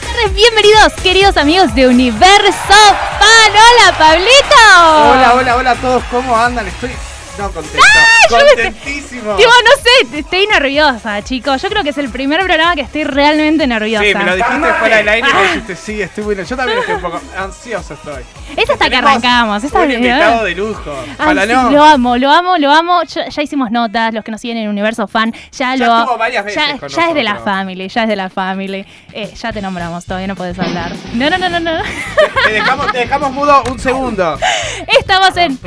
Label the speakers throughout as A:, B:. A: tardes, bienvenidos queridos amigos de Universo Fan. Hola, Pablito.
B: Hola, hola, hola a todos, ¿cómo andan? Estoy. No, contento.
A: Ah, yo me-
B: Contentísimo.
A: Digo, no sé, te- estoy nerviosa, chicos. Yo creo que es el primer programa que estoy realmente nerviosa.
B: Sí, me lo dijiste fuera del
A: Ah.
B: aire y me dijiste, sí, estoy bueno. Yo también estoy un poco ansioso estoy.
A: Es hasta que
B: Tenemos
A: arrancamos. Es
B: un
A: hasta-
B: invitado de lujo.
A: Ay,
B: Para
A: sí,
B: no.
A: Lo amo, lo amo, lo amo. Ya, ya hicimos notas, los que nos siguen en Universo Fan, ya,
B: Ya
A: lo.
B: estuvo varias veces
A: ya
B: con
A: ya es de la
B: nosotros.
A: family, ya es de la family. Eh, ya te nombramos, todavía no podés hablar. No, no, no, no, no.
B: Te dejamos, te dejamos mudo un segundo.
A: Estamos en.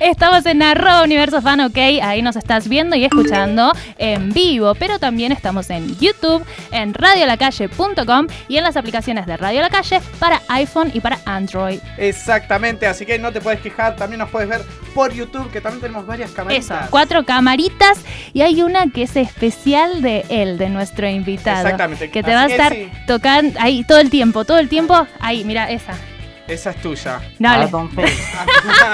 A: Estamos en arroba universo fan, ok, ahí nos estás viendo y escuchando en vivo, pero también estamos en YouTube, en radiolacalle.com y en las aplicaciones de Radio La Calle para iPhone y para Android.
B: Exactamente, así que no te puedes quejar. También nos puedes ver por YouTube, que también tenemos varias
A: Eso,
B: camaritas.
A: cuatro camaritas y hay una que es especial de él, de nuestro invitado.
B: Exactamente.
A: Que te
B: Así
A: va a
B: que
A: estar
B: sí.
A: tocando ahí todo el tiempo, todo el tiempo. Ahí, mira, esa.
B: Esa es tuya.
A: No, le-
C: Pardon, Face.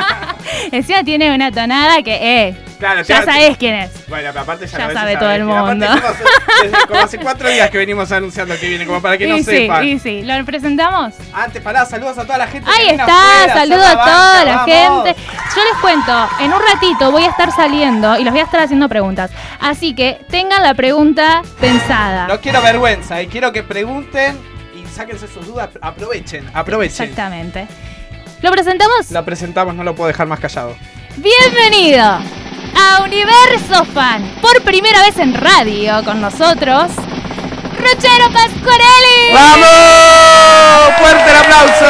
A: encima tiene una tonada que, eh,
B: Claro,
A: ya
B: te-
A: sabés quién es.
B: Bueno, pero aparte ya,
A: Ya
B: lo ves,
A: sabe todo el
B: ves. Y aparte
A: mundo.
B: hicimos- desde como hace cuatro días que venimos anunciando que viene, como para que no
A: y
B: sepan.
A: sí, y sí, lo presentamos.
B: Antes, pará, saludos a toda la gente. que
A: Ahí
B: viene
A: está,
B: afuera,
A: saludo
B: son
A: a
B: la
A: toda la
B: banca, vamos.
A: gente. Yo les cuento, en un ratito voy a estar saliendo y los voy a estar haciendo preguntas. Así que tengan la pregunta pensada.
B: No quiero vergüenza, eh, quiero que pregunten y sáquense sus dudas. Aprovechen, aprovechen.
A: Exactamente. ¿Lo presentamos?
B: La presentamos, no lo puedo dejar más callado.
A: Bienvenido a Universo Fan, por primera vez en radio con nosotros, Rochero Pascuarelli.
B: ¡Vamos! ¡Fuerte el aplauso!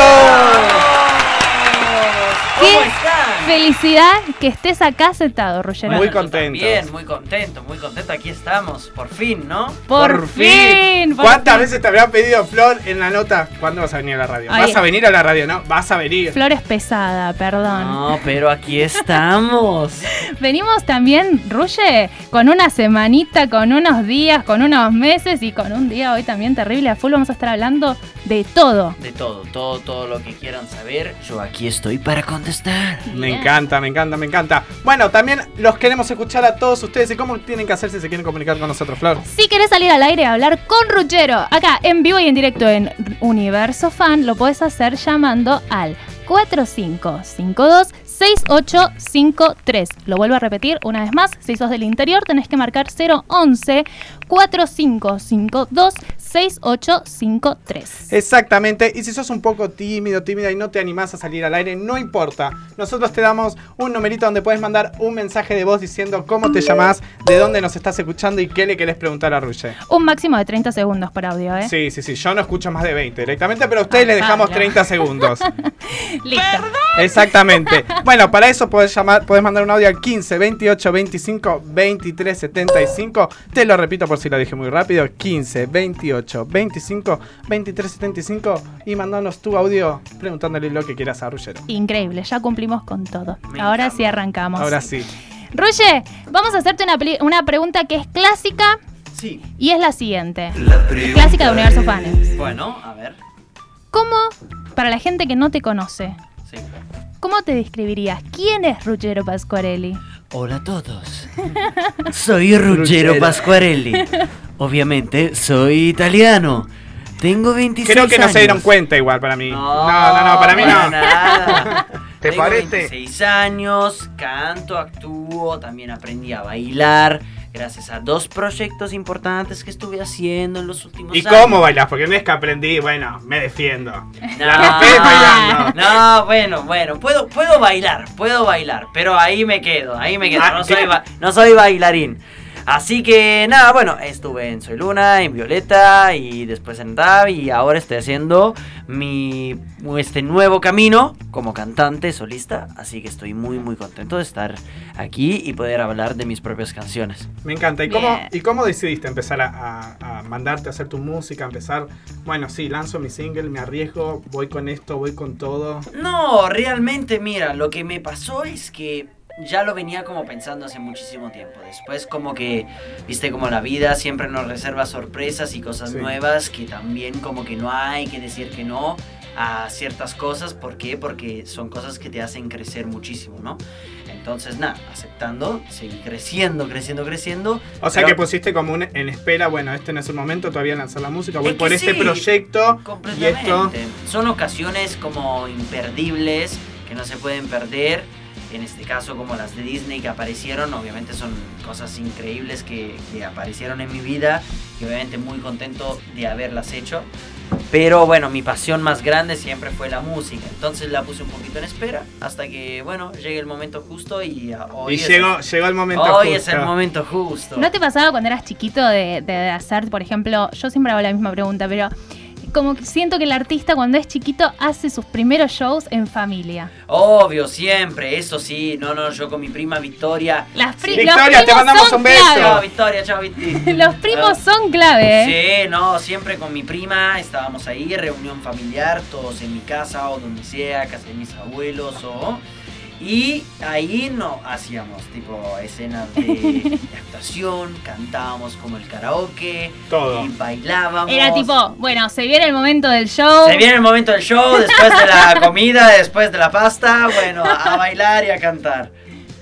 A: ¿Qué?
C: ¿Cómo están?
A: Felicidad que estés acá sentado, Rochero.
B: Muy
C: Bueno, yo
B: contento.
C: Bien, muy contento, muy contento. Aquí estamos, por fin, ¿no?
A: por, fin. por
B: ¿Cuántas
A: fin.
B: veces te habrán pedido Flor en la nota? ¿Cuándo vas a venir a la radio?
A: Ahí.
B: ¿Vas a venir a la radio? No, vas a venir.
A: Flores pesada, perdón.
C: No, pero aquí estamos.
A: Venimos también, Ruye, con una semanita, con unos días, con unos meses y con un día hoy también terrible a full. Vamos a estar hablando de todo.
C: De todo, todo, todo lo que quieran saber, yo aquí estoy para contestar.
B: Me encanta, me encanta, me encanta. Bueno, también los queremos escuchar a todos ustedes. ¿Y cómo tienen que hacer si se quieren comunicar con nosotros, Flor?
A: Si querés salir al aire a hablar con Ruchero, acá en vivo y en directo en Universo Fan, lo podés hacer llamando al 4552-6853. Lo vuelvo a repetir una vez más. Si sos del interior, tenés que marcar 011-4552-6853.
B: Exactamente, y si sos un poco tímido, tímida y no te animás a salir al aire, no importa. Nosotros te damos un numerito donde puedes mandar un mensaje de voz diciendo cómo te llamás, de dónde nos estás escuchando y qué le querés preguntar a Ruche.
A: Un máximo de 30 segundos por audio, ¿eh?
B: Sí, sí, sí, yo no escucho más de 20 directamente, pero a ustedes les dejamos
A: Pablo.
B: 30 segundos.
A: Listo.
B: Exactamente. Bueno, para eso podés llamar, podés mandar un audio al 15 28 25 23 75. Te lo repito por si lo dije muy rápido. 15 28 25 23 75 y mandanos tu audio preguntándole lo que quieras a Ruggero.
A: Increíble, ya cumplimos con todo.
C: Me
A: Ahora
C: encanta.
A: sí arrancamos.
B: Ahora sí.
A: Roger, vamos a hacerte una, peli- una pregunta que es clásica
C: Sí.
A: y es la siguiente. clásica de Universo Fanes.
C: Bueno, a ver.
A: ¿Cómo, para la gente que no te conoce,
C: Sí.
A: cómo te describirías? ¿Quién es Ruggero Pascuarelli?
C: Hola a todos. Soy Ruggero
B: Ruggero.
C: Pasquarelli. Obviamente, soy italiano. Tengo 26
B: Creo que no se dieron
C: años.
B: cuenta igual para mí. No, no, no, para mí
C: para
B: no.
C: nada.
B: ¿Te
C: Tengo
B: parece?
C: 26 años, canto, actúo, también aprendí a bailar. Gracias a dos proyectos importantes que estuve haciendo en los últimos
B: ¿Y
C: años.
B: cómo bailás? Porque no es que aprendí, bueno, me defiendo. La rompés
C: No,
B: bailando.
C: no, bueno, bueno, puedo, puedo bailar, puedo bailar, pero ahí me quedo, ahí me quedo,
B: Ah,
C: no, soy,
B: ¿qué?
C: ba- no soy bailarín. Así que nada, bueno, estuve en Soy Luna, en Violeta y después en DAB y ahora estoy haciendo mi este nuevo camino como cantante solista, así que estoy muy muy contento de estar aquí y poder hablar de mis propias canciones.
B: Me encanta. ¿Y cómo,
A: Bien.
B: ¿Y cómo decidiste empezar a, a- a mandarte a hacer tu música? Empezar, bueno, sí, lanzo mi single, me arriesgo, voy con esto, voy con todo.
C: No, realmente, mira, lo que me pasó es que ya lo venía como pensando hace muchísimo tiempo. Después como que, viste, como la vida siempre nos reserva sorpresas y cosas
B: Sí.
C: nuevas que también como que no hay que decir que no a ciertas cosas. ¿Por qué? Porque son cosas que te hacen crecer muchísimo, ¿no? Entonces, nada, aceptando, seguí creciendo, creciendo, creciendo.
B: O sea
C: pero-
B: que pusiste como un en espera, bueno, este no es el momento, todavía lanzar la música, voy
C: Es que
B: por este
C: sí,
B: proyecto y
C: Completamente.
B: esto.
C: Son ocasiones como imperdibles que no se pueden perder. En este caso, como las de Disney que aparecieron, obviamente son cosas increíbles que, que aparecieron en mi vida y obviamente muy contento de haberlas hecho. Pero bueno, mi pasión más grande siempre fue la música. Entonces la puse un poquito en espera hasta que, bueno, llegue el momento justo y ah, hoy,
B: Y
C: es,
B: llegó, llegó el momento.
C: hoy es
B: justo.
C: el momento justo.
A: ¿No te pasaba cuando eras chiquito de, de hacer, por ejemplo, yo siempre hago la misma pregunta, pero como que siento que el artista cuando es chiquito hace sus primeros shows en familia.
C: Obvio, siempre, eso sí. No, no, yo con mi prima Victoria.
A: Las pri-
B: Sí. Victoria,
A: los
B: te
A: primos
B: mandamos
A: son
B: un beso.
C: Chao,
A: clave.
C: Victoria, chao, Vitti.
A: Los primos son clave, ¿eh?
C: Sí, no, siempre con mi prima estábamos ahí, reunión familiar, todos en mi casa o donde sea, casa de mis abuelos o... Y ahí no hacíamos tipo escenas de, de actuación, cantábamos como el karaoke
B: Todo.
C: y bailábamos.
A: Era tipo, bueno, se viene el momento del show.
C: Se viene el momento del show, después de la comida, después de la pasta, bueno, a bailar y a cantar.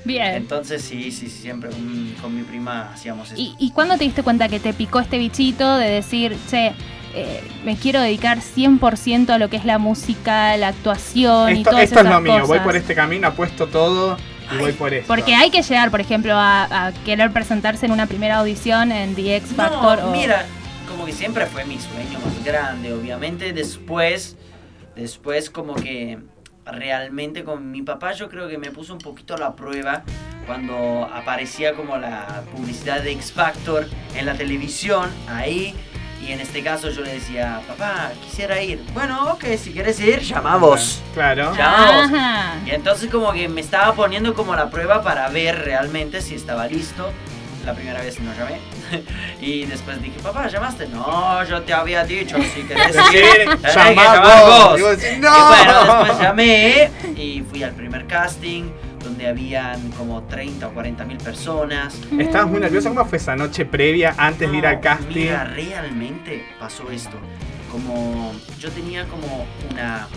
A: Bien.
C: Entonces sí, sí, siempre con, con mi prima hacíamos eso.
A: Eh. ¿Y, ¿Y cuándo te diste cuenta que te picó este bichito de decir, che, eh, me quiero dedicar 100% a lo que es la música, la actuación y
B: Esto,
A: todas
B: esto es
A: esas
B: lo mío, voy
A: cosas?
B: por este camino, apuesto todo y voy por esto.
A: Porque hay que llegar, por ejemplo, a, a querer presentarse en una primera audición en The X Factor.
C: No,
A: o-
C: mira, como que siempre fue mi sueño más grande, obviamente después, después como que realmente con mi papá yo creo que me puso un poquito a la prueba cuando aparecía como la publicidad de X Factor en la televisión, ahí... Y en este caso yo le decía, papá, quisiera ir. Bueno, ok, si quieres ir, llamamos.
B: Claro.
C: Ya. Vamos.
A: Ajá.
C: Y entonces como que me estaba poniendo como la prueba para ver realmente si estaba listo. La primera vez no llamé. y después dije, papá, ¿llamaste? No, yo te había dicho, si querés
B: Decir,
C: ir, tenés que
B: llamar
C: llamar
B: vos.
C: vos".
B: Y vos decís,
C: Y
B: "No".
C: bueno, después llamé y fui al primer casting donde habían como 30 o 40 mil personas.
B: Estabas muy nerviosa. ¿Cómo fue esa noche previa antes de ir al
C: No,
B: casting?
C: Mira, realmente pasó esto. Como yo tenía como una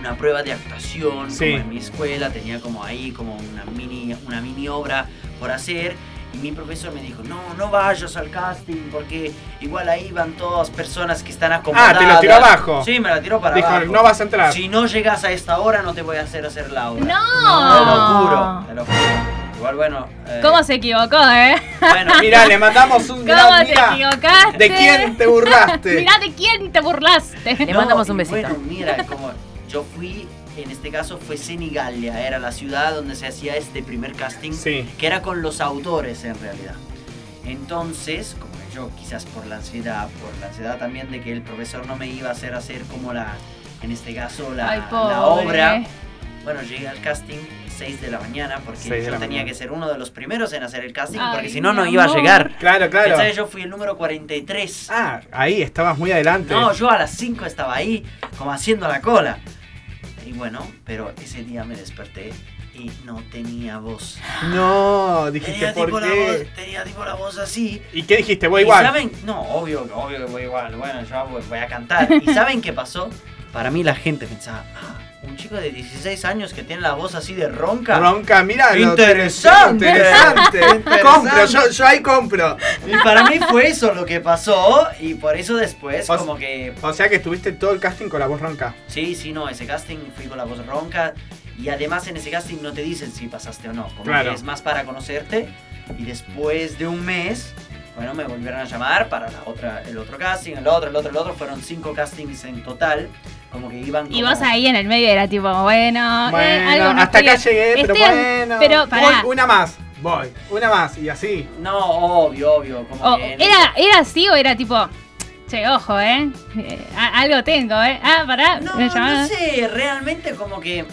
C: una prueba de actuación
B: Sí.
C: como en mi escuela, tenía como ahí como una mini una mini obra por hacer y mi profesor me dijo, "No, no vayas al casting porque igual ahí van todas personas que están acomodadas."
B: Ah, te lo tiró abajo.
C: Sí, me la tiró para
B: Dijo,
C: abajo.
B: no vas a entrar.
C: Si no llegas a esta hora no te voy a hacer hacer la obra.
A: No.
C: Te lo juro, te lo juro. Igual bueno, eh,
A: ¿Cómo se equivocó, eh?
C: bueno,
B: Mirá, le mandamos un gran
A: ¿Cómo te
B: mirá.
A: equivocaste?
B: ¿De quién te burlaste?
A: Mirá de quién te burlaste.
D: Le mandamos un
C: y
D: besito.
C: Bueno, mira, como yo fui, en este caso fue Senigallia, era la ciudad donde se hacía este primer casting,
B: Sí.
C: que era con los autores en realidad. Entonces, como que yo quizás por la ansiedad, por la ansiedad también de que el profesor no me iba a hacer hacer como la, en este caso, la,
A: Ay, pobre.
C: la obra, bueno, llegué al casting 6 de la mañana porque
B: Seis de
C: yo
B: la
C: tenía
B: mañana.
C: que ser uno de los primeros en hacer el casting
A: Ay,
C: porque si no, no
A: mi
C: iba a
A: amor.
C: llegar.
B: Claro, claro.
C: Entonces yo fui el número 43.
B: Ah, ahí estabas muy adelante.
C: No, yo a las 5 estaba ahí, como haciendo la cola. Y bueno, pero ese día me desperté y no tenía voz.
B: No, dijiste
C: Tenía
B: por
C: tipo, la
B: qué.
C: voz, tenía tipo la voz así.
B: ¿Y qué dijiste? Voy
C: ¿Y
B: igual.
C: saben? No, obvio, obvio que voy igual. Bueno, yo voy, voy a cantar. ¿Y saben qué pasó? Para mí la gente pensaba, ah, un chico de 16 años que tiene la voz así de ronca.
B: Bronca, mira, lo-
C: Interesante.
B: interesante.
C: Interesante.
B: Compro, yo, yo ahí compro.
C: Y para mí fue eso lo que pasó y por eso después
B: O sea-
C: como que
B: O sea que estuviste todo el casting con la voz ronca.
C: Sí, sí, no, ese casting fui con la voz ronca y además en ese casting no te dicen si pasaste o no, como
B: Claro.
C: que es más para conocerte y después de un mes, bueno, me volvieron a llamar para la otra, el otro casting, el otro, el otro, el otro, fueron cinco castings en total, como que iban
A: Y
C: como-
A: vos ahí en el medio era tipo, bueno, eh, algo no
B: hasta acá
A: estoy-
B: llegué, pero
A: estoy-
B: bueno.
A: pero pará.
B: Voy, una más, voy. Una más, y así.
C: No, obvio, obvio, como
A: O,
C: que...
A: Oh, ¿era, ¿Era así o era tipo, che, ojo, eh? eh, a- algo tengo, eh. Ah, pará,
C: No,
A: me
C: no
A: llamaron.
C: sé, realmente como que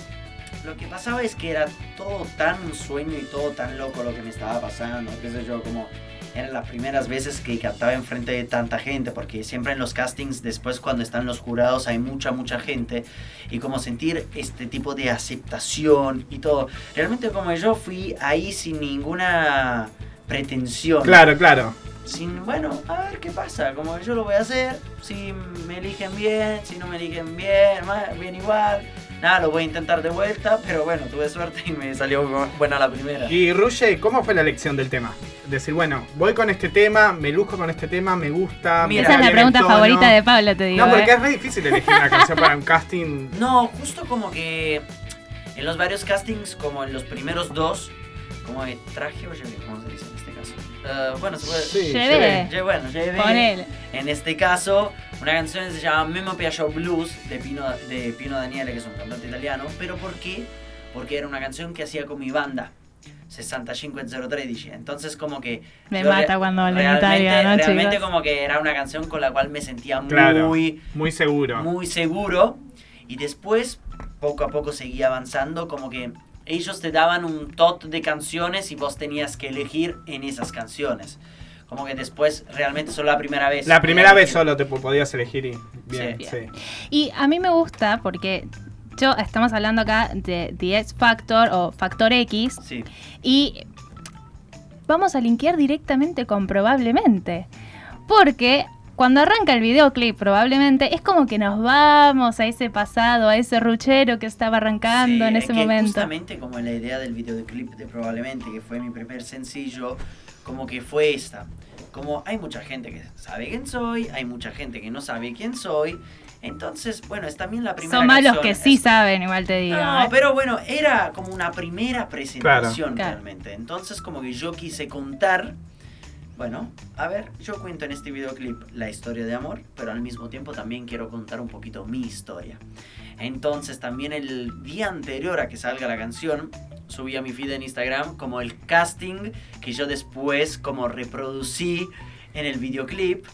C: lo que pasaba es que era todo tan un sueño y todo tan loco lo que me estaba pasando, qué sé yo, como eran las primeras veces que cantaba enfrente de tanta gente, porque siempre en los castings después cuando están los jurados hay mucha, mucha gente, y como sentir este tipo de aceptación y todo. Realmente como yo fui ahí sin ninguna pretensión
B: Claro, claro.
C: sin, bueno, a ver qué pasa, como yo lo voy a hacer, si me eligen bien, si no me eligen bien, ma- bien igual, Nada, lo voy a intentar de vuelta, pero bueno, tuve suerte y me salió bu- buena la primera.
B: Y Ruge, ¿cómo fue la elección del tema? Decir, bueno, voy con este tema, me luzco con este tema, me gusta. me
C: Mira,
A: Esa es la
B: va bien el
A: pregunta
B: tono.
A: favorita de Pablo, te digo.
B: No, porque
A: ¿eh?
B: es re difícil elegir una canción para un casting.
C: No, justo como que en los varios castings, como en los primeros dos, como de traje o llevé, ¿cómo se dice en este caso? Eh, bueno, se puede...
B: Sí,
A: Llevé.
B: se ve.
C: Lle- bueno, llevé...
A: Ponele.
C: En este caso, una canción se llama Memo Piaggio Blues de Pino, de Pino Daniele, que es un cantante italiano. ¿Pero por qué? Porque era una canción que hacía con mi banda, 6503 dije. Entonces, como que.
A: Me
C: yo
A: mata
C: re-
A: cuando hablo en
C: realmente-
A: Italia, ¿no,
C: Realmente,
A: chicos?
C: como que era una canción con la cual me sentía
B: Claro.
C: muy,
B: Muy seguro.
C: muy seguro. Y después, poco a poco, seguía avanzando, como que. Ellos te daban un tot de canciones y vos tenías que elegir en esas canciones. Como que después, realmente solo la primera vez.
B: La primera vez
C: solo
B: solo te po- podías elegir y. Bien, sí.
A: Sí. Y a mí me gusta porque yo estamos hablando acá de The X Factor o Factor X
C: Sí.
A: y vamos a linkear directamente con probablemente. Porque cuando arranca el videoclip, probablemente es como que nos vamos a ese pasado, a ese ruchero que estaba arrancando
C: Sí,
A: en
C: es
A: ese
C: que
A: momento.
C: Justamente como la idea del videoclip de probablemente, que fue mi primer sencillo, como que fue esta. Como hay mucha gente que sabe quién soy, hay mucha gente que no sabe quién soy. Entonces, bueno, es también la primera
A: Son malos que
C: canción,
A: sí
C: es-
A: saben, igual te digo.
C: No,
A: ¿eh?
C: pero bueno, era como una primera presentación realmente. Entonces, como que yo quise contar. Bueno, a ver, yo cuento en este videoclip la historia de amor, pero al mismo tiempo también quiero contar un poquito mi historia. Entonces, también el día anterior a que salga la canción, subí a mi feed en Instagram como el casting que yo después como reproducí en el videoclip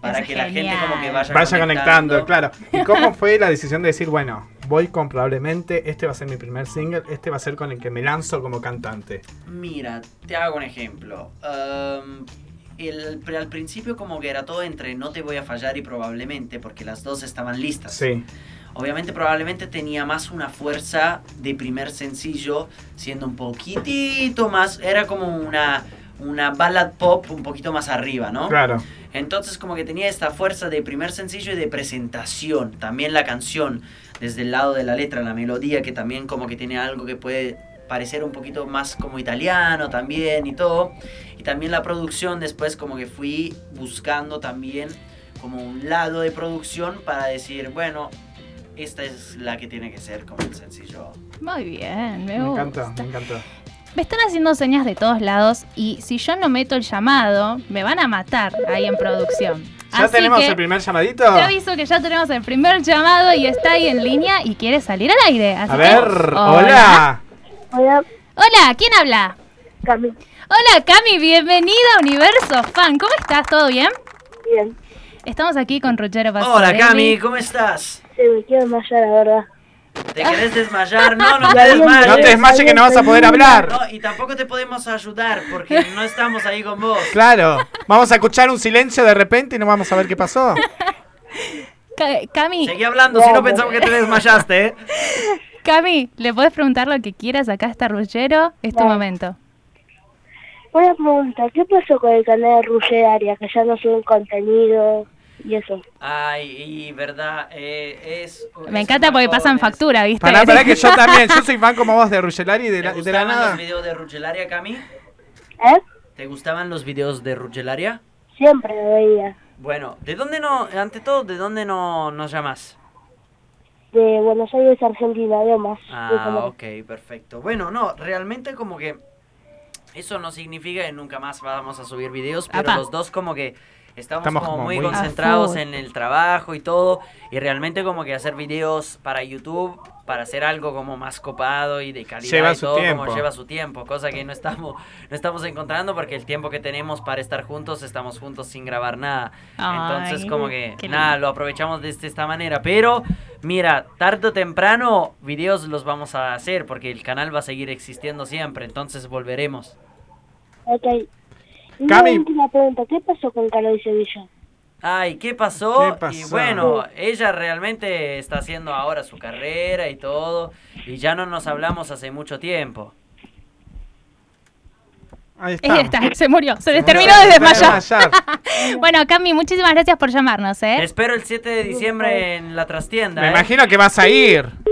C: para
A: Eso es
C: que la gente como que
A: genial.
C: vaya,
B: Vaya conectando, claro. ¿Y cómo fue la decisión de decir, bueno, voy con probablemente, este va a ser mi primer single, este va a ser con el que me lanzo como cantante?
C: Mira, te hago un ejemplo. Am, el- pri- al principio como que era todo entre no te voy a fallar y probablemente, porque las dos estaban listas.
B: Sí.
C: Obviamente probablemente tenía más una fuerza de primer sencillo, siendo un poquitito más, era como una, una ballad pop un poquito más arriba, ¿no?
B: Claro.
C: Entonces como que tenía esta fuerza de primer sencillo y de presentación, también la canción, desde el lado de la letra, la melodía, que también como que tiene algo que puede parecer un poquito más como italiano también y todo. Y también la producción, después como que fui buscando también como un lado de producción para decir, bueno, esta es la que tiene que ser como el sencillo.
A: ¿eh? Muy bien, me,
B: Me
A: gusta.
B: encantó, me encantó.
A: Me están haciendo señas de todos lados y si yo no meto el llamado, me van a matar ahí en producción.
B: ¿Ya
A: Así
B: tenemos
A: que
B: el primer llamadito?
A: Te aviso que ya tenemos el primer llamado y está ahí en línea y quiere salir al aire. así
B: A
A: que-
B: ver, hola.
D: Hola,
A: Hola, ¿quién habla?
D: Cami.
A: Hola, Cami, bienvenida a Universo Fan. ¿Cómo estás? ¿Todo bien?
D: Bien,
A: Estamos aquí con Ruggero
C: Hola
A: Pastorelli.
C: Cami, ¿cómo estás?
D: se me quiero desmayar, la verdad.
C: ¿Te querés desmayar? No, no te
D: Ya bien,
C: desmayes.
B: No te desmayes que no vas a poder hablar.
C: No, y tampoco te podemos ayudar porque no estamos ahí con vos.
B: Claro. Vamos a escuchar un silencio de repente y no vamos a ver qué pasó.
A: Ca- Cami,
C: Seguí hablando, si no pensamos que te desmayaste. ¿eh?
A: Cami, le puedes preguntar lo que quieras. Acá está Ruggero. Es tu
D: Dale.
A: momento.
D: Una pregunta, ¿qué pasó con el canal de Ruger Arias? Que ya no suben contenido y eso.
C: Ay, y verdad, eh, es.
A: Me encanta porque pasan
C: facturas.
A: factura, ¿viste?
B: Pará, pará, que yo también. Yo soy fan como vos de Rugelari y de la,
C: ¿Te
B: de la
C: gustaban los
B: nada.
C: videos de Ruggelaria, Cami?
D: ¿Eh?
C: ¿Te gustaban los videos de Ruggelaria?
D: Siempre lo veía.
C: Bueno, ¿de dónde no, ante todo, de dónde no nos llamas?
D: De Buenos Aires, Argentina, de más.
C: Ah, ok, perfecto. Bueno, no, realmente como que eso no significa que nunca más vamos a subir videos, pero
A: Apa.
C: los dos como que estamos,
B: Estamos
C: como
B: como
C: muy,
B: muy-
A: A
C: concentrados
A: full.
C: en el trabajo y todo, y realmente como que hacer videos para YouTube, para hacer algo como más copado y de calidad
B: Lleva
C: y
B: su
C: todo,
B: tiempo.
C: como lleva su tiempo, cosa que no estamos, no estamos encontrando porque el tiempo que tenemos para estar juntos, estamos juntos sin grabar nada. Entonces,
A: Ay,
C: como que
A: qué
C: nada, lo aprovechamos de este- esta manera. Pero, mira, tarde o temprano, videos los vamos a hacer porque el canal va a seguir existiendo siempre. Entonces, volveremos.
D: Ok. Y una
B: Cami.
D: última pregunta, ¿qué pasó con Carlos de Sevilla?
C: Ay, ¿qué pasó?
B: ¿Qué pasó?
C: Y bueno, ella realmente está haciendo ahora su carrera y todo. Y ya no nos hablamos hace mucho tiempo.
B: Ahí está.
A: Ahí está, se murió. Se les terminó
B: Se
A: de desmayar.
B: desmayar.
A: Bueno, Cami, muchísimas gracias por llamarnos,
C: Te
A: ¿eh?
C: espero el 7 de diciembre en la trastienda.
B: Me
C: ¿eh?
B: imagino que vas a ir.
C: Uh,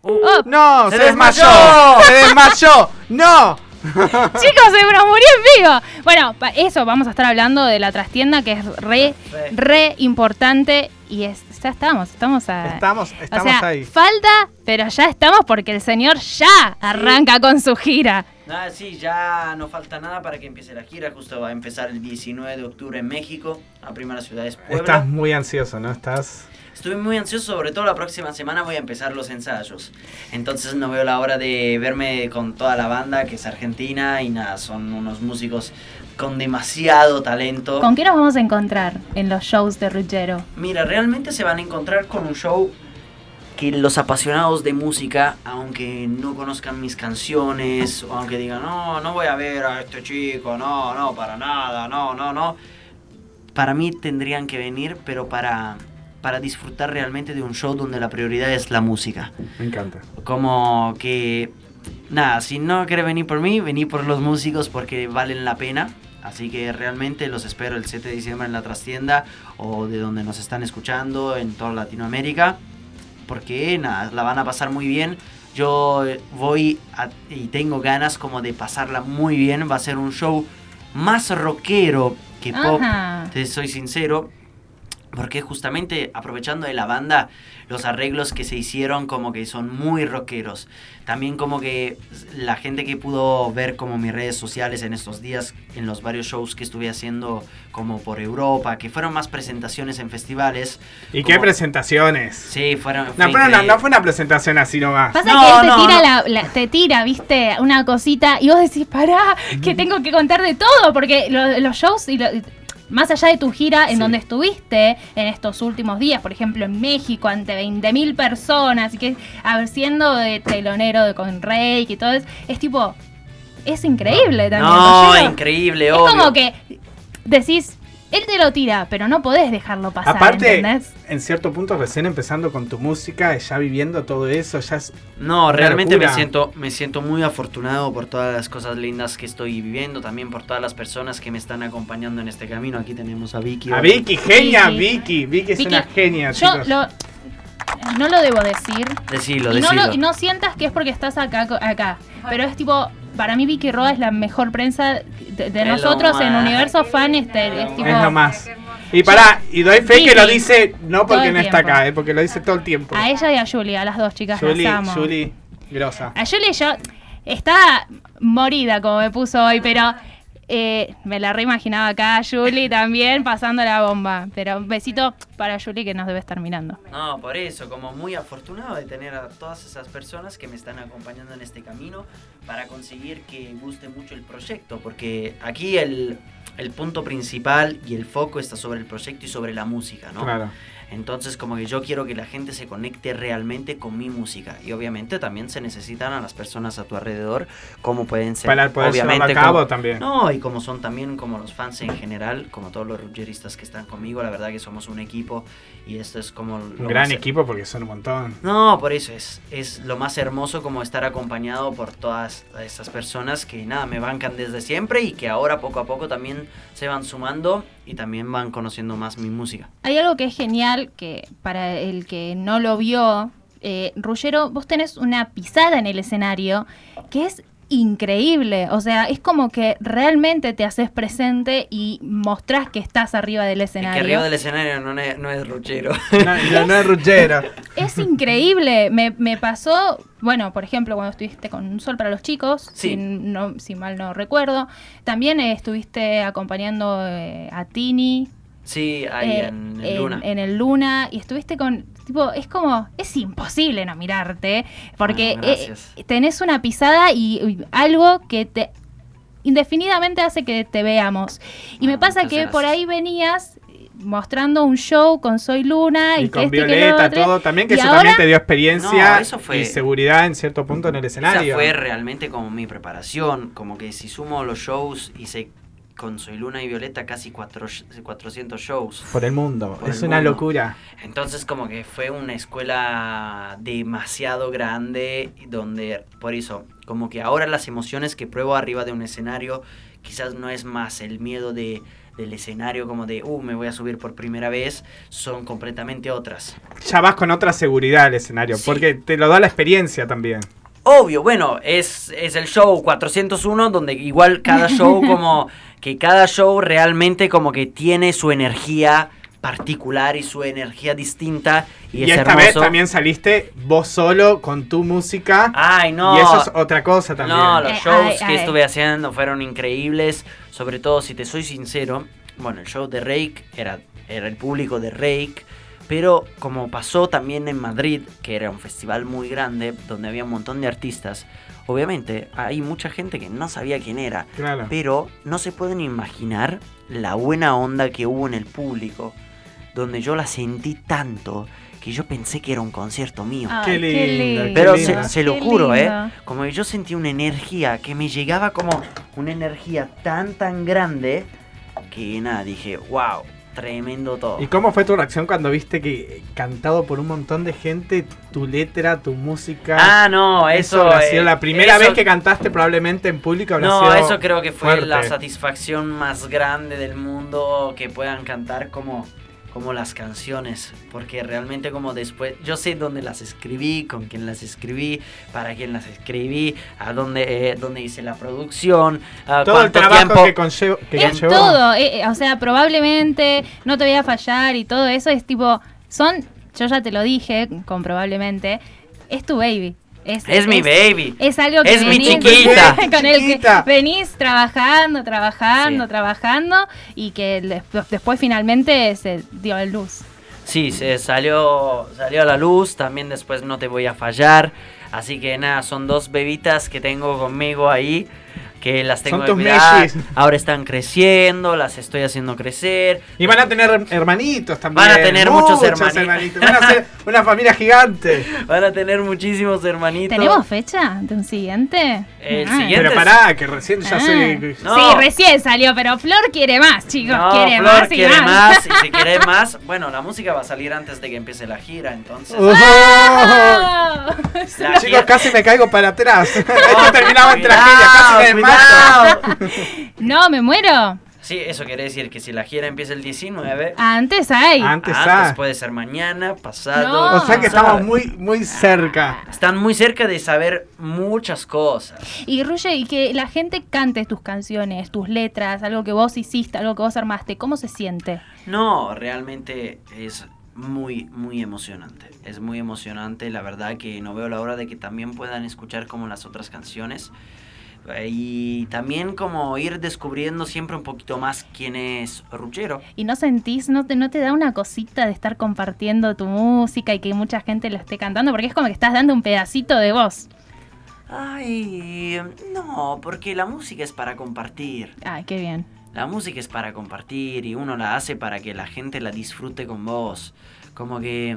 A: Oh,
B: ¡No!
C: ¡Se
B: ¡Se,
C: desmayó!
B: desmayó! ¡Se desmayó! ¡No!
A: Eh, Chicos, se nos murió en vivo. Bueno, pa- eso, vamos a estar hablando de la trastienda que es re,
C: Re.
A: re importante. Y es, ya estamos, estamos a.
B: Estamos, estamos
A: o sea,
B: ahí.
A: falta, pero ya estamos porque el señor ya arranca con su gira.
C: Ah, sí, ya no falta nada para que empiece la gira. Justo va a empezar el 19 de octubre en México. La primera ciudad es Puebla.
B: Estás muy ansioso, ¿no? Estás.
C: Estoy muy ansioso, sobre todo la próxima semana voy a empezar los ensayos. Entonces no veo la hora de verme con toda la banda que es argentina y nada, son unos músicos con demasiado talento.
A: ¿Con qué nos vamos a encontrar en los shows de Ruggero?
C: Mira, realmente se van a encontrar con un show que los apasionados de música, aunque no conozcan mis canciones, o aunque digan, no, no voy a ver a este chico, no, no, para nada, no, no, no, para mí tendrían que venir, pero para, para disfrutar realmente de un show donde la prioridad es la música.
B: Me encanta.
C: Como que, nada, si no querés venir por mí, vení por los músicos porque valen la pena. Así que realmente los espero el 7 de diciembre en la trastienda o de donde nos están escuchando en toda Latinoamérica. Porque nada, la van a pasar muy bien. Yo eh, voy a- y tengo ganas como de pasarla muy bien. Va a ser un show más rockero que pop.
A: Ajá.
C: Te soy sincero, porque justamente aprovechando de la banda, los arreglos que se hicieron como que son muy rockeros. También como que la gente que pudo ver como mis redes sociales en estos días, en los varios shows que estuve haciendo como por Europa, que fueron más presentaciones en festivales.
B: ¿Y
C: Como-
B: qué presentaciones?
C: Sí, fueron... fue
B: No, pero no,
C: increíble.
B: no fue una presentación así nomás.
A: Pasa
C: No,
A: que él te
C: no,
A: tira,
C: no.
A: La, la- te tira, viste, una cosita y vos decís, pará, que tengo que contar de todo, porque lo- los shows y lo- más allá de tu gira en
B: Sí.
A: donde estuviste en estos últimos días, por ejemplo en México, ante 20.000 personas, y que a ver, siendo de telonero de con Rey y todo, es, es tipo, es increíble también.
C: No,
A: Yo-
C: increíble,
A: Es
C: obvio.
A: como que decís, él te lo tira, pero no podés dejarlo pasar,
B: Aparte,
A: ¿entendés?
B: en cierto punto, recién empezando con tu música, ya viviendo todo eso, ya es.
C: No,
B: Una
C: realmente me
B: locura.
C: siento, me siento muy afortunado por todas las cosas lindas que estoy viviendo, también por todas las personas que me están acompañando en este camino. Aquí tenemos a Vicky.
B: A Vicky, genia,
A: Vicky.
B: Vicky. Vicky es
A: Vicky,
B: una genia,
A: Yo
B: chicos.
A: lo, no lo debo decir,
C: Decilo,
A: Y no,
C: decilo.
A: lo- y no sientas que es porque estás acá, co- acá. pero es tipo, para mí Vicky Roa es la mejor prensa de, de
C: Es lo
A: nosotros en
C: más.
A: Universo Fan. Este, es tipo,
B: Es lo más. Y pará, y doy fe que lo
A: Vicky.
B: dice no
A: Todo
B: porque
A: el
B: no está
A: tiempo.
B: acá, eh, porque lo dice todo el tiempo.
A: a ella y a Julie, a las dos chicas. las
B: Julie,
A: amo.
B: Julie, grosa.
A: A Julie yo está morida como me puso hoy, pero eh, me la reimaginaba acá a Julie también pasando la bomba. Pero un besito para Julie que nos debe estar mirando.
C: No, por eso, como muy afortunado de tener a todas esas personas que me están acompañando en este camino para conseguir que guste mucho el proyecto, porque aquí el, el punto principal y el foco está sobre el proyecto y sobre la música, ¿no?
B: Claro.
C: Entonces como que yo quiero que la gente se conecte realmente con mi música y obviamente también se necesitan a las personas a tu alrededor, como pueden ser
B: Para poder llevarlo
C: obviamente
B: a cabo
C: como-
B: también.
C: no, y como son también como los fans en general, como todos los ruggeristas que están conmigo, la verdad que somos un equipo y esto es como...
B: Un gran equipo porque son un montón.
C: No, por eso es, es lo más hermoso como estar acompañado por todas estas personas que nada, me bancan desde siempre y que ahora poco a poco también se van sumando y también van conociendo más mi música.
A: Hay algo que es genial que para el que no lo vio, eh, Ruggero, vos tenés una pisada en el escenario que es increíble. O sea, es como que realmente te haces presente y mostrás que estás arriba del
C: El que
A: escenario.
C: arriba del escenario no es, no es ruchero.
B: No, no, no es ruchero.
C: este
A: Es increíble. Me, me pasó, bueno, por ejemplo, cuando estuviste con Un Sol para los Chicos,
C: Sí.
A: si, no, si mal no recuerdo. También eh, estuviste acompañando eh, a Tini
C: Sí, ahí
A: eh,
C: en, el Luna.
A: en el Luna, y estuviste con tipo es como es imposible no mirarte porque
C: Bueno, gracias.
A: eh, tenés una pisada y, y algo que te indefinidamente hace que te veamos y me
C: Bueno,
A: pasa
C: Ah, muchas
A: que por
C: gracias.
A: ahí venías eh, mostrando un show con Soy Luna y,
B: Y
A: que
B: con
A: este, que lo
B: Violeta,
A: otro.
B: todo. También que
A: Y
B: eso
A: ahora-
B: también te dio experiencia
C: No, eso fue-
B: y seguridad en cierto punto en el escenario.
C: Esa fue realmente como mi preparación, como que si sumo los shows hice con Soy Luna y Violeta casi cuatro- 400 shows.
B: Por el mundo.
C: Por
B: es
C: el
B: una
C: mundo.
B: locura.
C: Entonces como que fue una escuela demasiado grande y donde por eso como que ahora las emociones que pruebo arriba de un escenario quizás no es más el miedo de del escenario como de, uh, me voy a subir por primera vez, son completamente otras.
B: Ya vas con otra seguridad al escenario,
C: Sí.
B: porque te lo da la experiencia también.
C: Obvio, bueno, es, es el show 401 donde igual cada show como que cada show realmente como que tiene su energía particular y su energía distinta y,
B: Y,
C: es
B: esta
C: hermoso.
B: vez también saliste vos solo con tu música.
C: Ay, Ah, no.
B: Y eso es otra cosa también.
C: No, los
A: Eh,
C: shows
A: ay,
C: que
A: ay.
C: estuve haciendo fueron increíbles, sobre todo si te soy sincero, bueno, el show de Rake era era el público de Rake pero como pasó también en Madrid, que era un festival muy grande, donde había un montón de artistas, obviamente hay mucha gente que no sabía quién era,
B: Claro.
C: pero no se pueden imaginar la buena onda que hubo en el público, donde yo la sentí tanto que yo pensé que era un concierto mío.
A: Ay,
B: Qué lindo, qué
C: Pero
B: lindo.
C: se, se lo
A: Qué
C: juro, ¿eh?
A: lindo.
C: Como que yo sentí una energía que me llegaba como una energía tan, tan grande que nada, dije, wow, tremendo todo.
B: ¿Y cómo fue tu reacción cuando viste que eh, cantado por un montón de gente, tu letra, tu música?
C: Ah, no, eso.
B: habrá
C: eh,
B: sido la primera
C: eso-
B: vez que cantaste probablemente en público. habrá
C: No,
B: sido
C: eso creo que fue la
B: fuerte.
C: satisfacción más grande del mundo que puedan cantar como, como las canciones. Porque realmente como después, yo sé dónde las escribí, con quién las escribí, para quién las escribí, a dónde, eh, dónde hice la producción, a
B: Todo el
C: cuánto
B: trabajo
C: tiempo.
B: que, conllevo- que
A: Es
B: conllevó.
A: todo, eh, eh, o sea, probablemente no te voy a fallar y todo eso es tipo, son, yo ya te lo dije, con probablemente, es tu baby. Es,
C: Es mi baby.
A: Es algo que
C: Es mi
A: venís-
C: chiquita.
A: con el que
B: Chiquita.
A: venís trabajando, trabajando,
C: Sí.
A: trabajando y que des- después finalmente se dio a luz.
C: Sí, se salió, salió a la luz, también después no te voy a fallar. Así que nada, son dos bebitas que tengo conmigo ahí, que las tengo
B: Son
C: que
B: tus
C: cuidar.
B: mellis.
C: Ahora están creciendo, las estoy haciendo crecer.
B: Y van a tener hermanitos también.
C: Van a tener muchos hermanitos.
B: Van a ser una familia gigante.
C: Van a tener muchísimos hermanitos.
A: ¿Tenemos fecha de un siguiente?
C: El
A: Ah.
C: siguiente-
B: Pero pará, que recién ya
A: Ah.
B: se...
C: No.
A: Sí, recién salió, pero Flor quiere más, chicos.
C: No,
A: quiere
C: Flor
A: más y
C: quiere
A: más.
C: más. Y si quiere más, bueno, la música va a salir antes de que empiece la gira, entonces.
A: ¡Oh!
C: la
B: Chicos,
C: gira-
B: casi me caigo para atrás. Esto
C: No,
B: terminaba en
C: cuidado,
B: tragedia, casi me mato.
C: cuidado.
A: No, me muero.
C: Sí, eso quiere decir que si la gira empieza el 19,
A: Antes hay.
B: Antes.
C: antes,
B: ah.
C: puede ser mañana, pasado.
A: No.
B: O sea que
A: Ah.
B: estamos
C: ¿sabe?
B: muy, muy cerca.
C: Están muy cerca de saber muchas cosas.
A: Y Ruye, y que la gente cante tus canciones, tus letras, algo que vos hiciste, algo que vos armaste, ¿cómo se siente?
C: No, realmente es muy, muy emocionante. Es muy emocionante, la verdad que no veo la hora de que también puedan escuchar como las otras canciones. Eh, Y también como ir descubriendo siempre un poquito más quién es Ruchero.
A: ¿Y no sentís, no te, no te da una cosita de estar compartiendo tu música y que mucha gente lo esté cantando? Porque es como que estás dando un pedacito de vos.
C: Ay, no, porque la música es para compartir.
A: Ay, qué bien.
C: La música es para compartir y uno la hace para que la gente la disfrute con vos. Como que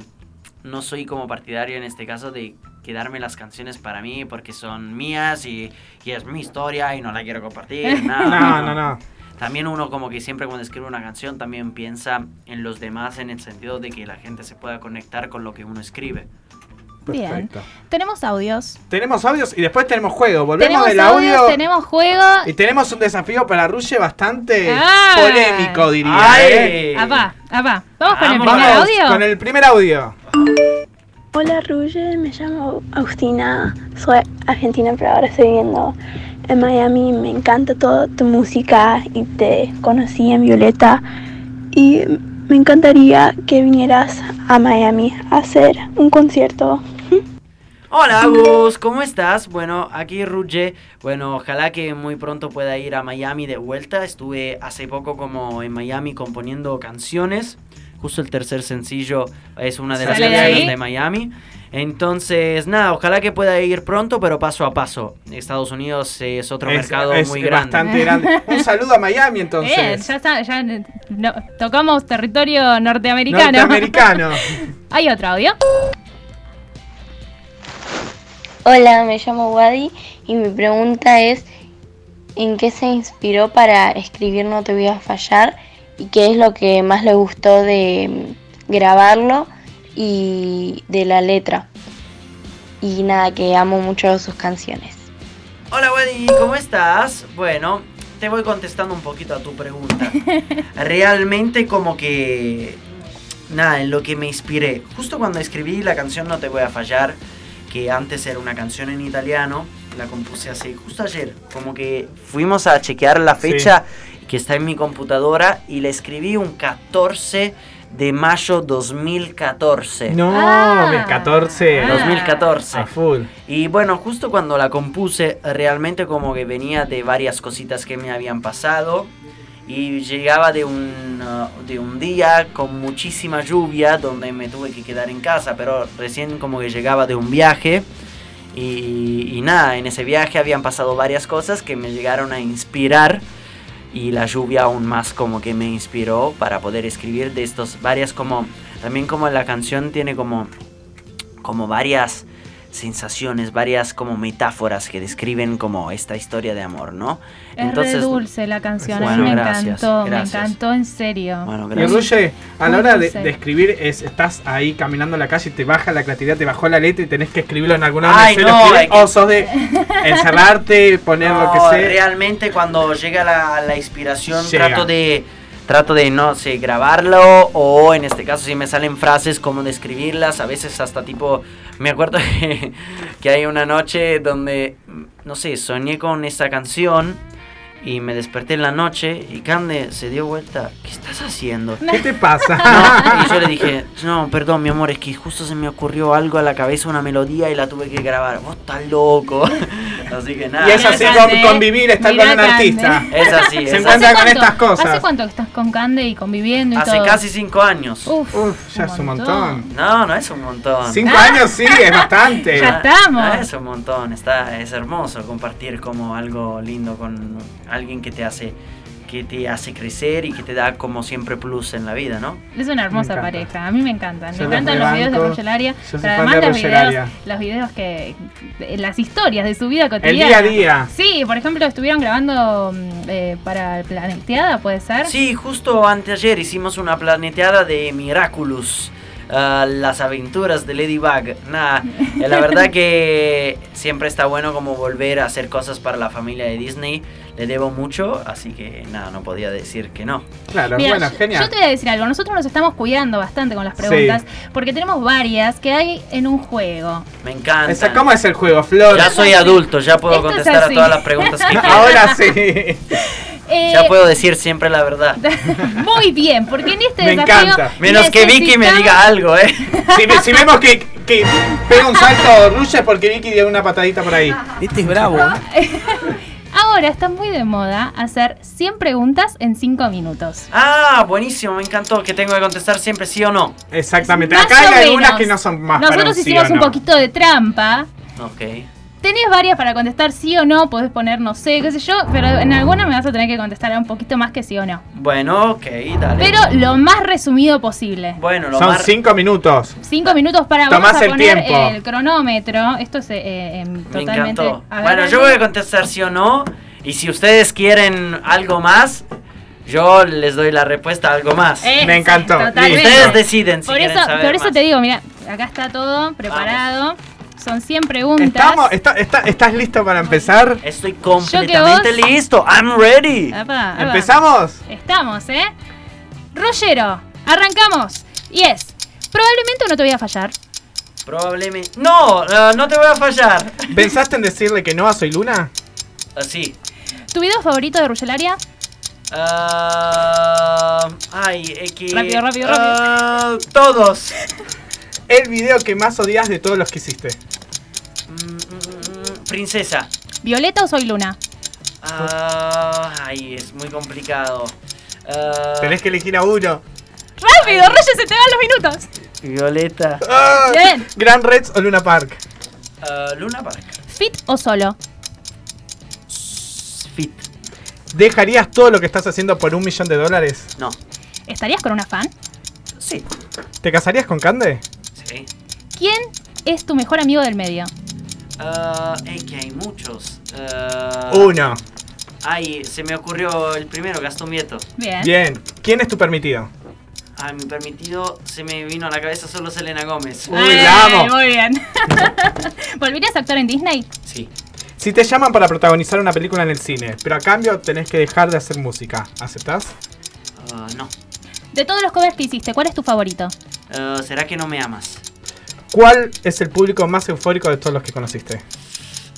C: no soy como partidario en este caso de quedarme las canciones para mí porque son mías y, y es mi historia y no la quiero compartir. No,
B: No, no, no.
C: También uno como que siempre cuando escribe una canción también piensa en los demás en el sentido de que la gente se pueda conectar con lo que uno escribe.
A: Bien.
B: Perfecto.
A: Tenemos audios.
B: Tenemos audios y después tenemos juego. Volvemos
A: Tenemos
B: del
A: audios,
B: audio.
A: tenemos juego.
B: Y tenemos un desafío para Ruge bastante
A: Ah.
B: polémico, diría. ¿eh?
A: Apá, apá. Vamos con el
C: Vamos.
A: primer
B: Vamos
A: audio.
B: con el primer audio.
E: Hola Ruge, me llamo Agustina, soy argentina pero ahora estoy viviendo en Miami, me encanta toda tu música y te conocí en Violeta y me encantaría que vinieras a Miami a hacer un concierto.
C: Hola Agus, ¿cómo estás? Bueno, aquí Ruge. Bueno, ojalá que muy pronto pueda ir a Miami de vuelta. Estuve hace poco como en Miami componiendo canciones. Justo el tercer sencillo es una de las
A: Sale de
C: canciones
A: ahí.
C: de Miami. Entonces, nada, ojalá que pueda ir pronto, pero paso a paso. Estados Unidos es otro mercado
B: es
C: muy grande.
B: bastante grande. Un saludo a Miami entonces.
A: Bien, ya está, ya no, tocamos territorio norteamericano.
B: Norteamericano.
A: Hay otro audio.
F: Hola, me llamo Wadi y mi pregunta es ¿en qué se inspiró para escribir No te voy a fallar? ¿Y qué es lo que más le gustó de mm, grabarlo y de la letra? Y nada, que amo mucho sus canciones.
C: Hola Wadi, ¿cómo estás? Bueno, te voy contestando un poquito a tu pregunta. Realmente como que... Nada, en lo que me inspiré. Justo cuando escribí la canción No te voy a fallar, que antes era una canción en italiano, la compuse hace justo ayer. Como que fuimos a chequear la
B: Sí.
C: fecha que está en mi computadora y la escribí un 14 de mayo 2014.
B: No,
A: Ah.
B: 2014.
A: Ah.
C: 2014.
B: A full.
C: Y bueno, justo cuando la compuse, realmente como que venía de varias cositas que me habían pasado. Y llegaba de un, uh, de un día con muchísima lluvia, donde me tuve que quedar en casa, pero recién como que llegaba de un viaje. Y, y nada, en ese viaje habían pasado varias cosas que me llegaron a inspirar. Y la lluvia aún más como que me inspiró para poder escribir de estos varias como... También como la canción tiene como, como varias sensaciones, varias como metáforas que describen como esta historia de amor, ¿no?
A: Es re dulce la canción, a mí
C: Bueno,
A: me
C: gracias,
A: encantó,
C: gracias.
A: me encantó en serio.
C: Bueno,
B: Y
C: gracias.
B: Ruye, a la
A: Muy
B: hora de,
A: dulce.
B: de escribir, es, estás ahí caminando en la calle y te baja la creatividad, te bajó la letra y tenés que escribirlo en alguna donde
C: Ay,
B: se lo
C: no,
B: escribes,
C: hay que-
B: O sos de encerrarte, poner lo que
C: No,
B: sea.
C: Realmente cuando llega la, la inspiración
B: Llega.
C: trato de trato de no sé grabarlo o en este caso si me salen frases como describirlas a veces hasta tipo me acuerdo que, que hay una noche donde no sé soñé con esa canción y me desperté en la noche y Cande se dio vuelta ¿qué estás haciendo?
B: ¿Qué te pasa?
C: No, y yo le dije, no, perdón, mi amor, es que justo se me ocurrió algo a la cabeza, una melodía y la tuve que grabar. Vos estás loco. Así que nada.
B: y es así
A: Mirá,
B: con,
A: Cande.
B: convivir, estar con
A: Mirá,
B: un
A: Cande.
B: artista.
C: Es así,
B: Se
C: es
B: encuentra-
C: así.
B: con estas cosas.
A: ¿Hace cuánto que estás con Cande y conviviendo y
C: Hace
A: todo?
C: casi cinco años.
A: Uf,
B: Uf, ya es un montón.
C: No, no es un montón.
B: Cinco años sí, es bastante.
A: Ya
C: No,
A: estamos.
C: no es un montón, está, es hermoso compartir como algo lindo con alguien que te hace que te hace crecer y que te da como siempre plus en la vida, ¿no?
A: Es una hermosa
B: Me encanta.
A: pareja, a mí me encantan.
B: Yo
A: me encantan
B: los
A: los videos de
B: rebanco.
A: Roggelaria,
B: Yo soy
A: pero
B: fan
A: además
B: de
A: los
B: Roggelaria.
A: videos, los videos que. las historias de su vida
B: El
A: cotidiana.
B: día a día.
A: Sí, por ejemplo, estuvieron grabando mm, eh, para Planeteada, ¿puede ser?
C: Sí, justo anteayer hicimos una planeteada de Miraculous. ah, las aventuras de Ladybug. Nah, eh, la verdad que siempre está bueno como volver a hacer cosas para la familia de Disney. Le debo mucho, así que nada, no podía decir que no.
B: Claro,
A: Mira,
B: bueno,
A: yo-
B: genial.
A: Yo te voy a decir algo. Nosotros nos estamos cuidando bastante con las preguntas porque tenemos varias que hay en un juego.
C: Me encanta.
B: Esa- ¿Cómo es el juego, Flor?
C: Ya soy adulto, ya puedo
A: Esto es
C: contestar a
A: así.
C: todas las preguntas que quiero.
B: Ahora sí.
A: Eh,
C: Ya puedo decir siempre la verdad.
A: Muy bien, porque en este
B: Me
A: desafío
B: encanta.
C: Menos que Vicky me
A: necesitamos-
C: diga algo, ¿eh?
B: Si, ve- si vemos que, que pega un salto Ruya es porque Vicky dio una patadita por ahí.
G: Este es bravo.
B: "Ah".
A: Ahora está muy de moda hacer 100 preguntas en 5 minutos.
C: Ah, buenísimo, me encantó que tengo que contestar siempre sí o no.
B: Exactamente.
A: Más
B: Acá
A: o
B: hay algunas
A: menos.
B: que no son más para
A: Nosotros
B: un sí
A: hicimos
B: o
A: un
B: no.
A: poquito de trampa.
C: Ok.
A: Tenés varias para contestar sí o no, podés poner no sé, qué sé yo, pero en alguna me vas a tener que contestar un poquito más que sí o no.
C: Bueno, ok, dale.
A: Pero lo más resumido posible.
C: bueno, lo
B: Son
C: más...
B: cinco minutos.
A: Cinco minutos para
B: Tomás
A: vamos a
B: el
A: poner
B: tiempo.
A: el cronómetro. Esto es eh, em,
C: Me
A: totalmente.
C: encantó.
A: A ver,
C: Bueno,
A: dale.
C: yo voy a contestar sí o no. Y si ustedes quieren algo más, yo les doy la respuesta a algo más.
A: Eh,
B: Me encantó.
A: sí, totalmente.
B: Listo.
C: ustedes deciden si
A: por
C: quieren
A: eso,
C: saber
A: por eso
C: más.
A: te digo, mira, acá está todo preparado. Son 100 preguntas.
B: Estamos, eh, está- está- ¿Estás listo para empezar?
C: Estoy completamente
A: Yo que vos- Ah,
C: listo. I'm ready.
A: Apa, apa.
B: ¿Empezamos?
A: Estamos, ¿eh? Rollero, arrancamos. Y es, probablemente no te voy a fallar.
C: Probablemente... No, eh, no te voy a fallar. Eh,
B: ¿Pensaste en decirle que no a Soy Luna?
C: Así.
A: ¿Tu video favorito de Ruggelaria?
C: Ah, Eh, ay, eh, que...
A: Rápido, rápido, rápido.
C: Ah, todos.
B: El video que más odias de todos los que hiciste.
C: Mm, mm, mm, princesa.
A: ¿Violeta o Soy Luna?
C: Ah, ay, es muy complicado. Ah,
B: Tenés que elegir a uno.
A: ¡Rápido, Roger, se te van los minutos!
C: Violeta.
B: Ah,
A: Bien.
B: ¿Gran Reds o Luna Park?
C: Ah, Luna Park.
A: ¿Fit o solo?
C: Fit.
B: ¿Dejarías todo lo que estás haciendo por un millón de dólares?
C: No.
A: ¿Estarías con una fan?
C: Sí.
B: ¿Te casarías con Cande?
C: Sí.
A: ¿Quién es tu mejor amigo del medio?
C: Ah, eh, que hay muchos. Ah,
B: Uno.
C: Ay, se me ocurrió el primero, Gastón Vieto.
A: Bien.
B: Bien. ¿Quién es tu permitido?
C: Ay, mi permitido, se me vino a la cabeza solo Selena Gómez. Eh.
B: Uy, la amo.
A: Muy bien. ¿Volverías a actuar en Disney?
C: Sí.
B: Si te llaman para protagonizar una película en el cine, pero a cambio tenés que dejar de hacer música, ¿aceptás?
C: Ah, no.
A: De todos los covers que hiciste, ¿cuál es tu favorito?
C: Ah, ¿Será que no me amas?
B: ¿Cuál es el público más eufórico de todos los que conociste?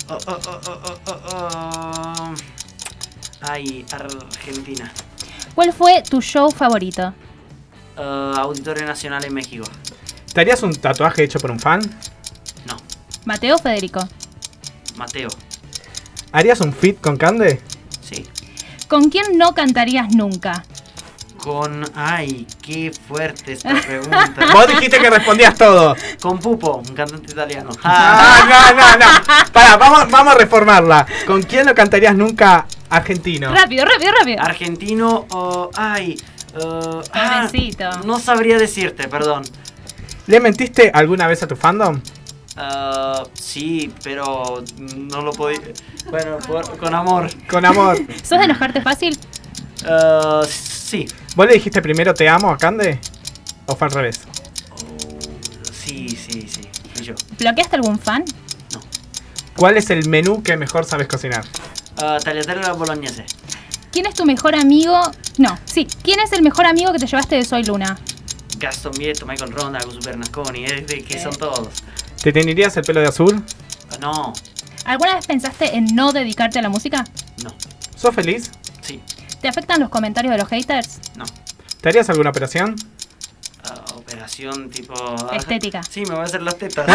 C: Oh, oh, oh, oh, oh, oh, oh. Ay, Argentina.
A: ¿Cuál fue tu show favorito?
C: Ah, Auditorio Nacional en México.
B: ¿Te harías un tatuaje hecho por un fan?
C: No.
A: ¿Mateo o Federico?
C: Mateo.
B: ¿Harías un fit con Cande?
C: Sí.
A: ¿Con quién no cantarías nunca?
C: Con. Ay, qué fuerte esta pregunta.
B: Vos dijiste que respondías todo.
C: Con Pupo, un cantante italiano. Ah,
B: Ah, no, no, no. Pará, vamos, vamos a reformarla. ¿Con quién no cantarías nunca argentino?
A: Rápido, rápido, rápido.
C: Ah. argentino o. ay. eh, ah,
A: Pobrecito.
C: no sabría decirte, perdón.
B: ¿Le mentiste alguna vez a tu fandom?
C: Ah, sí, pero no lo podía. Bueno, por- con amor.
B: Con amor.
A: ¿Sos de enojarte fácil?
C: Ah, sí.
B: ¿Vos le dijiste primero te amo a Cande? ¿O fue al revés?
C: Oh, sí, sí, sí. Fui yo.
A: ¿Bloqueaste algún fan?
B: ¿Cuál es el menú que mejor sabes cocinar?
C: Ah, tagliatelle alla bolognese.
A: ¿Quién es tu mejor amigo? No, sí. ¿Quién es el mejor amigo que te llevaste de Soy Luna?
C: Gaston Vieto, Michael Ronda, Super Nasconi, eh, de- que son todos.
B: ¿Te teñirías el pelo de azul?
C: Ah, No,
A: ¿Alguna vez pensaste en no dedicarte a la música?
C: no,
B: ¿Sos feliz?
C: sí,
A: ¿Te afectan los comentarios de los haters?
C: no.
B: ¿Te harías alguna operación?
C: Ah, operación tipo. ah,
A: Estética.
C: Sí, me voy a hacer las tetas.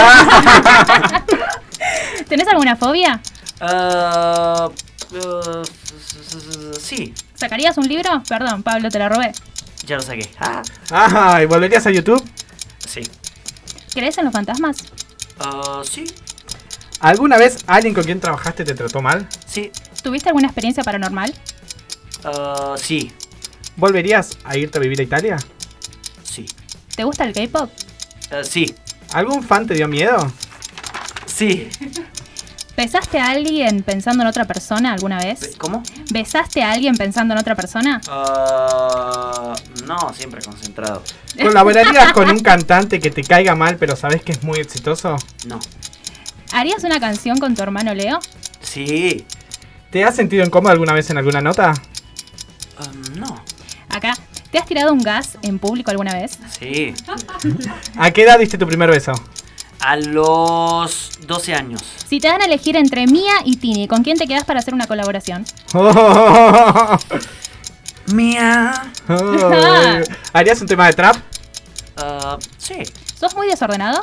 A: ¿Tenés alguna fobia?
C: Ah, ah, sí,
A: ¿Sacarías un libro? Perdón, Pablo, te la robé.
C: ya lo saqué. Ah,
B: Ah, ¿y volverías a YouTube?
C: sí.
A: ¿Crees en los fantasmas?
C: Ah, sí,
B: ¿Alguna vez alguien con quien trabajaste te trató mal?
C: sí,
A: ¿Tuviste alguna experiencia paranormal?
C: ah, sí,
B: ¿Volverías a irte a vivir a Italia?
C: sí,
A: ¿Te gusta el K-pop?
C: Ah, sí,
B: ¿Algún fan te dio miedo?
C: sí.
A: ¿Besaste a alguien pensando en otra persona alguna
C: Ve-
A: vez?
C: ¿Cómo?
A: ¿Besaste a alguien pensando en otra persona?
C: Ah, no, siempre concentrado.
B: ¿Colaborarías con un cantante que te caiga mal pero sabes que es muy exitoso?
C: No,
A: ¿Harías una canción con tu hermano Leo?
C: sí,
B: ¿Te has sentido incómodo alguna vez en alguna nota?
C: Ah, no,
A: Acá, ¿te has tirado un gas en público alguna vez?
C: sí.
B: ¿A qué edad diste tu primer beso?
C: A los 12 años.
A: Si te dan a elegir entre Mía y Tini, ¿con quién te quedas para hacer una colaboración?
C: Mía.
B: ¿Harías un tema de trap?
C: Ah, sí,
A: ¿Sos muy desordenado?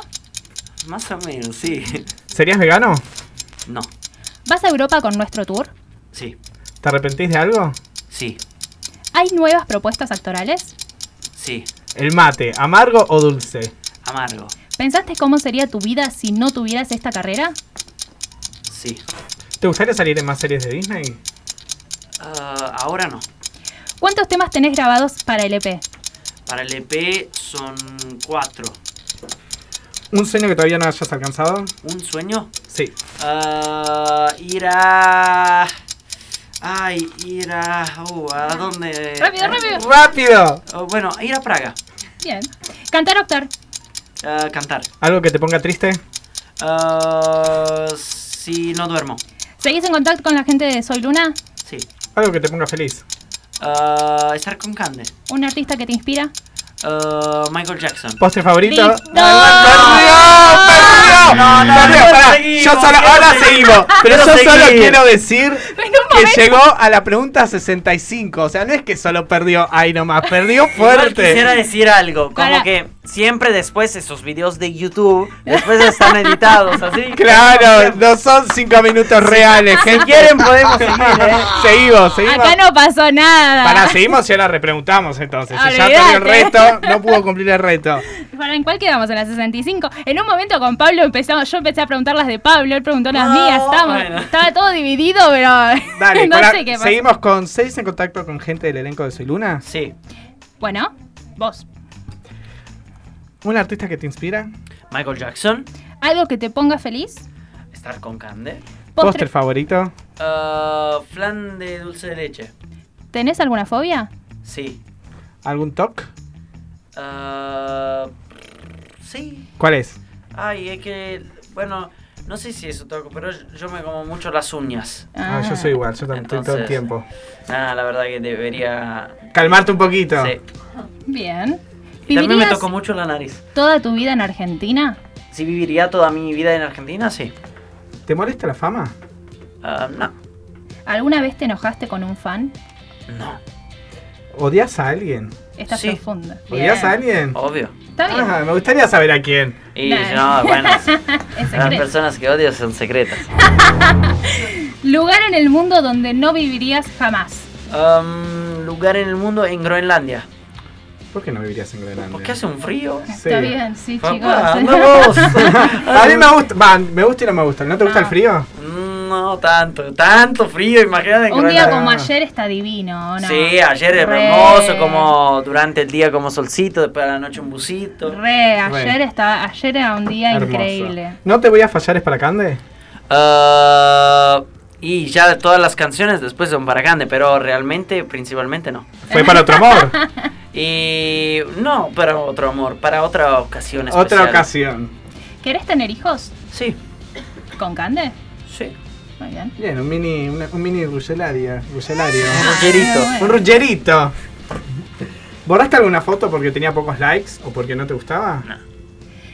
C: más o menos, sí.
B: ¿Serías vegano?
C: No,
A: ¿Vas a Europa con nuestro tour?
C: sí,
B: ¿Te arrepentís de algo?
C: sí,
A: ¿Hay nuevas propuestas actorales?
C: sí.
B: El mate, amargo o dulce.
C: Amargo,
A: ¿Pensaste cómo sería tu vida si no tuvieras esta carrera?
C: sí.
B: ¿Te gustaría salir en más series de Disney?
C: Ah, ahora no.
A: ¿Cuántos temas tenés grabados para el E EP?
C: Para el EP son cuatro.
B: ¿Un sueño que todavía no hayas alcanzado?
C: ¿Un sueño?
B: Sí.
C: Ah, ir a... Ay, ir a... Uh, ¿A dónde?
A: Rápido, rápido.
B: ¡Rápido!
C: Ah, bueno, ir a Praga.
A: Bien. Cantar o actuar.
C: Ah, cantar.
B: ¿Algo que te ponga triste?
C: Ah, si no duermo.
A: ¿Seguís en contacto con la gente de Soy Luna?
C: Sí.
B: ¿Algo que te ponga feliz?
C: Ah, estar con Cande.
A: ¿Un artista que te inspira?
C: Ah, Michael Jackson.
B: ¿Postre favorito?
A: ¡Listo!
B: ¡Perdió!
C: No, no,
B: ¡Perdió!
C: no
B: Pará,
C: seguimos,
B: yo solo,
C: quiero
B: ahora
C: seguir.
B: seguimos. Pero
C: Quiero
B: yo solo
C: seguir.
B: quiero decir
A: Pero no
B: que
A: me-
B: llegó a la pregunta 65. O sea, no es que solo perdió ahí nomás, perdió
C: Igual
B: fuerte.
C: quisiera decir algo, como
A: Para.
C: que siempre después esos videos de YouTube, después están editados, así. que
B: Claro,
C: no siempre-
B: no son cinco minutos reales.
C: Si
B: gente.
C: quieren podemos seguir, ¿eh?
B: Seguimos, seguimos.
A: Acá no pasó nada.
B: Pará, seguimos y ahora repreguntamos entonces. Si ya perdió
A: Olvídate.
B: el reto, no pudo cumplir el reto.
A: Para, ¿En cuál quedamos? ¿En la 65? En un momento con Pablo empezamos, yo empecé a preguntar las de Pablo, él preguntó las
C: No,
A: mías, estábamos-
C: bueno.
A: estaba todo dividido, pero
B: Dale,
A: no
B: pará,
A: sé qué pasó.
B: seguimos con seis en contacto con gente del elenco de Soy Luna.
C: Sí,
A: Bueno, vos,
B: ¿Un artista que te inspira?
C: Michael Jackson,
A: algo que te ponga feliz,
C: estar con Cande.
B: ¿Póster
A: postre,
B: favorito?
C: Ah, flan de dulce de leche.
A: ¿tenés alguna fobia?
C: Sí.
B: ¿Algún talk?
C: Ah, sí.
B: ¿Cuál es?
C: Ay, es que bueno, No sé si eso toco, pero yo, yo me como mucho las uñas.
B: Ah, yo soy igual, yo también estoy todo el
C: Entonces-
B: tiempo.
C: Ah, la verdad que debería.
B: Calmarte un poquito.
C: Sí.
A: Ah, Bien.
C: Y También me
A: ¿Vivirías
C: tocó mucho la nariz.
A: toda tu vida en Argentina?
C: Si viviría toda mi vida en Argentina, sí.
B: ¿Te molesta la fama?
C: Ah, no.
A: ¿Alguna vez te enojaste con un fan?
C: No.
B: ¿Odias a alguien?
A: Estás
C: Sí.
A: profunda.
B: ¿Odias
A: Bien.
B: a alguien?
C: Obvio.
A: Está bien.
B: Ah, me gustaría saber a quién.
C: Y
A: Nah.
C: no, bueno.
A: Es
C: Las
A: secreto.
C: personas que odio son secretas.
A: Lugar en el mundo donde no vivirías jamás.
C: Um, lugar en el mundo en Groenlandia.
B: ¿Por qué no vivirías en Groenlandia?
C: Porque hace un frío.
B: Sí.
A: Está bien, sí,
C: Papá,
A: chicos. ¿eh?
C: vamos.
B: A mí me gusta, va, me gusta y no me gusta. ¿No te gusta
A: No.
B: el frío?
C: No tanto, tanto frío, imagínate. en
A: Un día
C: Groenlandia.
A: como ayer está divino, ¿o ¿no?
C: Sí, ayer era
A: Re.
C: hermoso, como durante el día como solcito, después de la noche un bucito.
A: Re, ayer
B: Re.
A: estaba, ayer era un día
B: Hermoso.
A: increíble.
B: ¿No te voy a fallar es para Cande?
C: Ah, y ya todas las canciones después son para Cande, pero realmente, principalmente no.
B: Fue para otro amor.
C: Y no, para otro amor, para otra ocasión especial.
B: Otra ocasión.
A: ¿Querés tener hijos?
C: Sí,
A: ¿Con Cande?
C: sí.
A: Muy bien.
B: Bien, un mini, una- un mini ruggelaria. ruggelario.
C: Un ruggerito.
A: Ah,
B: Un ruggerito. ¿Borraste alguna foto porque tenía pocos likes o porque no te gustaba?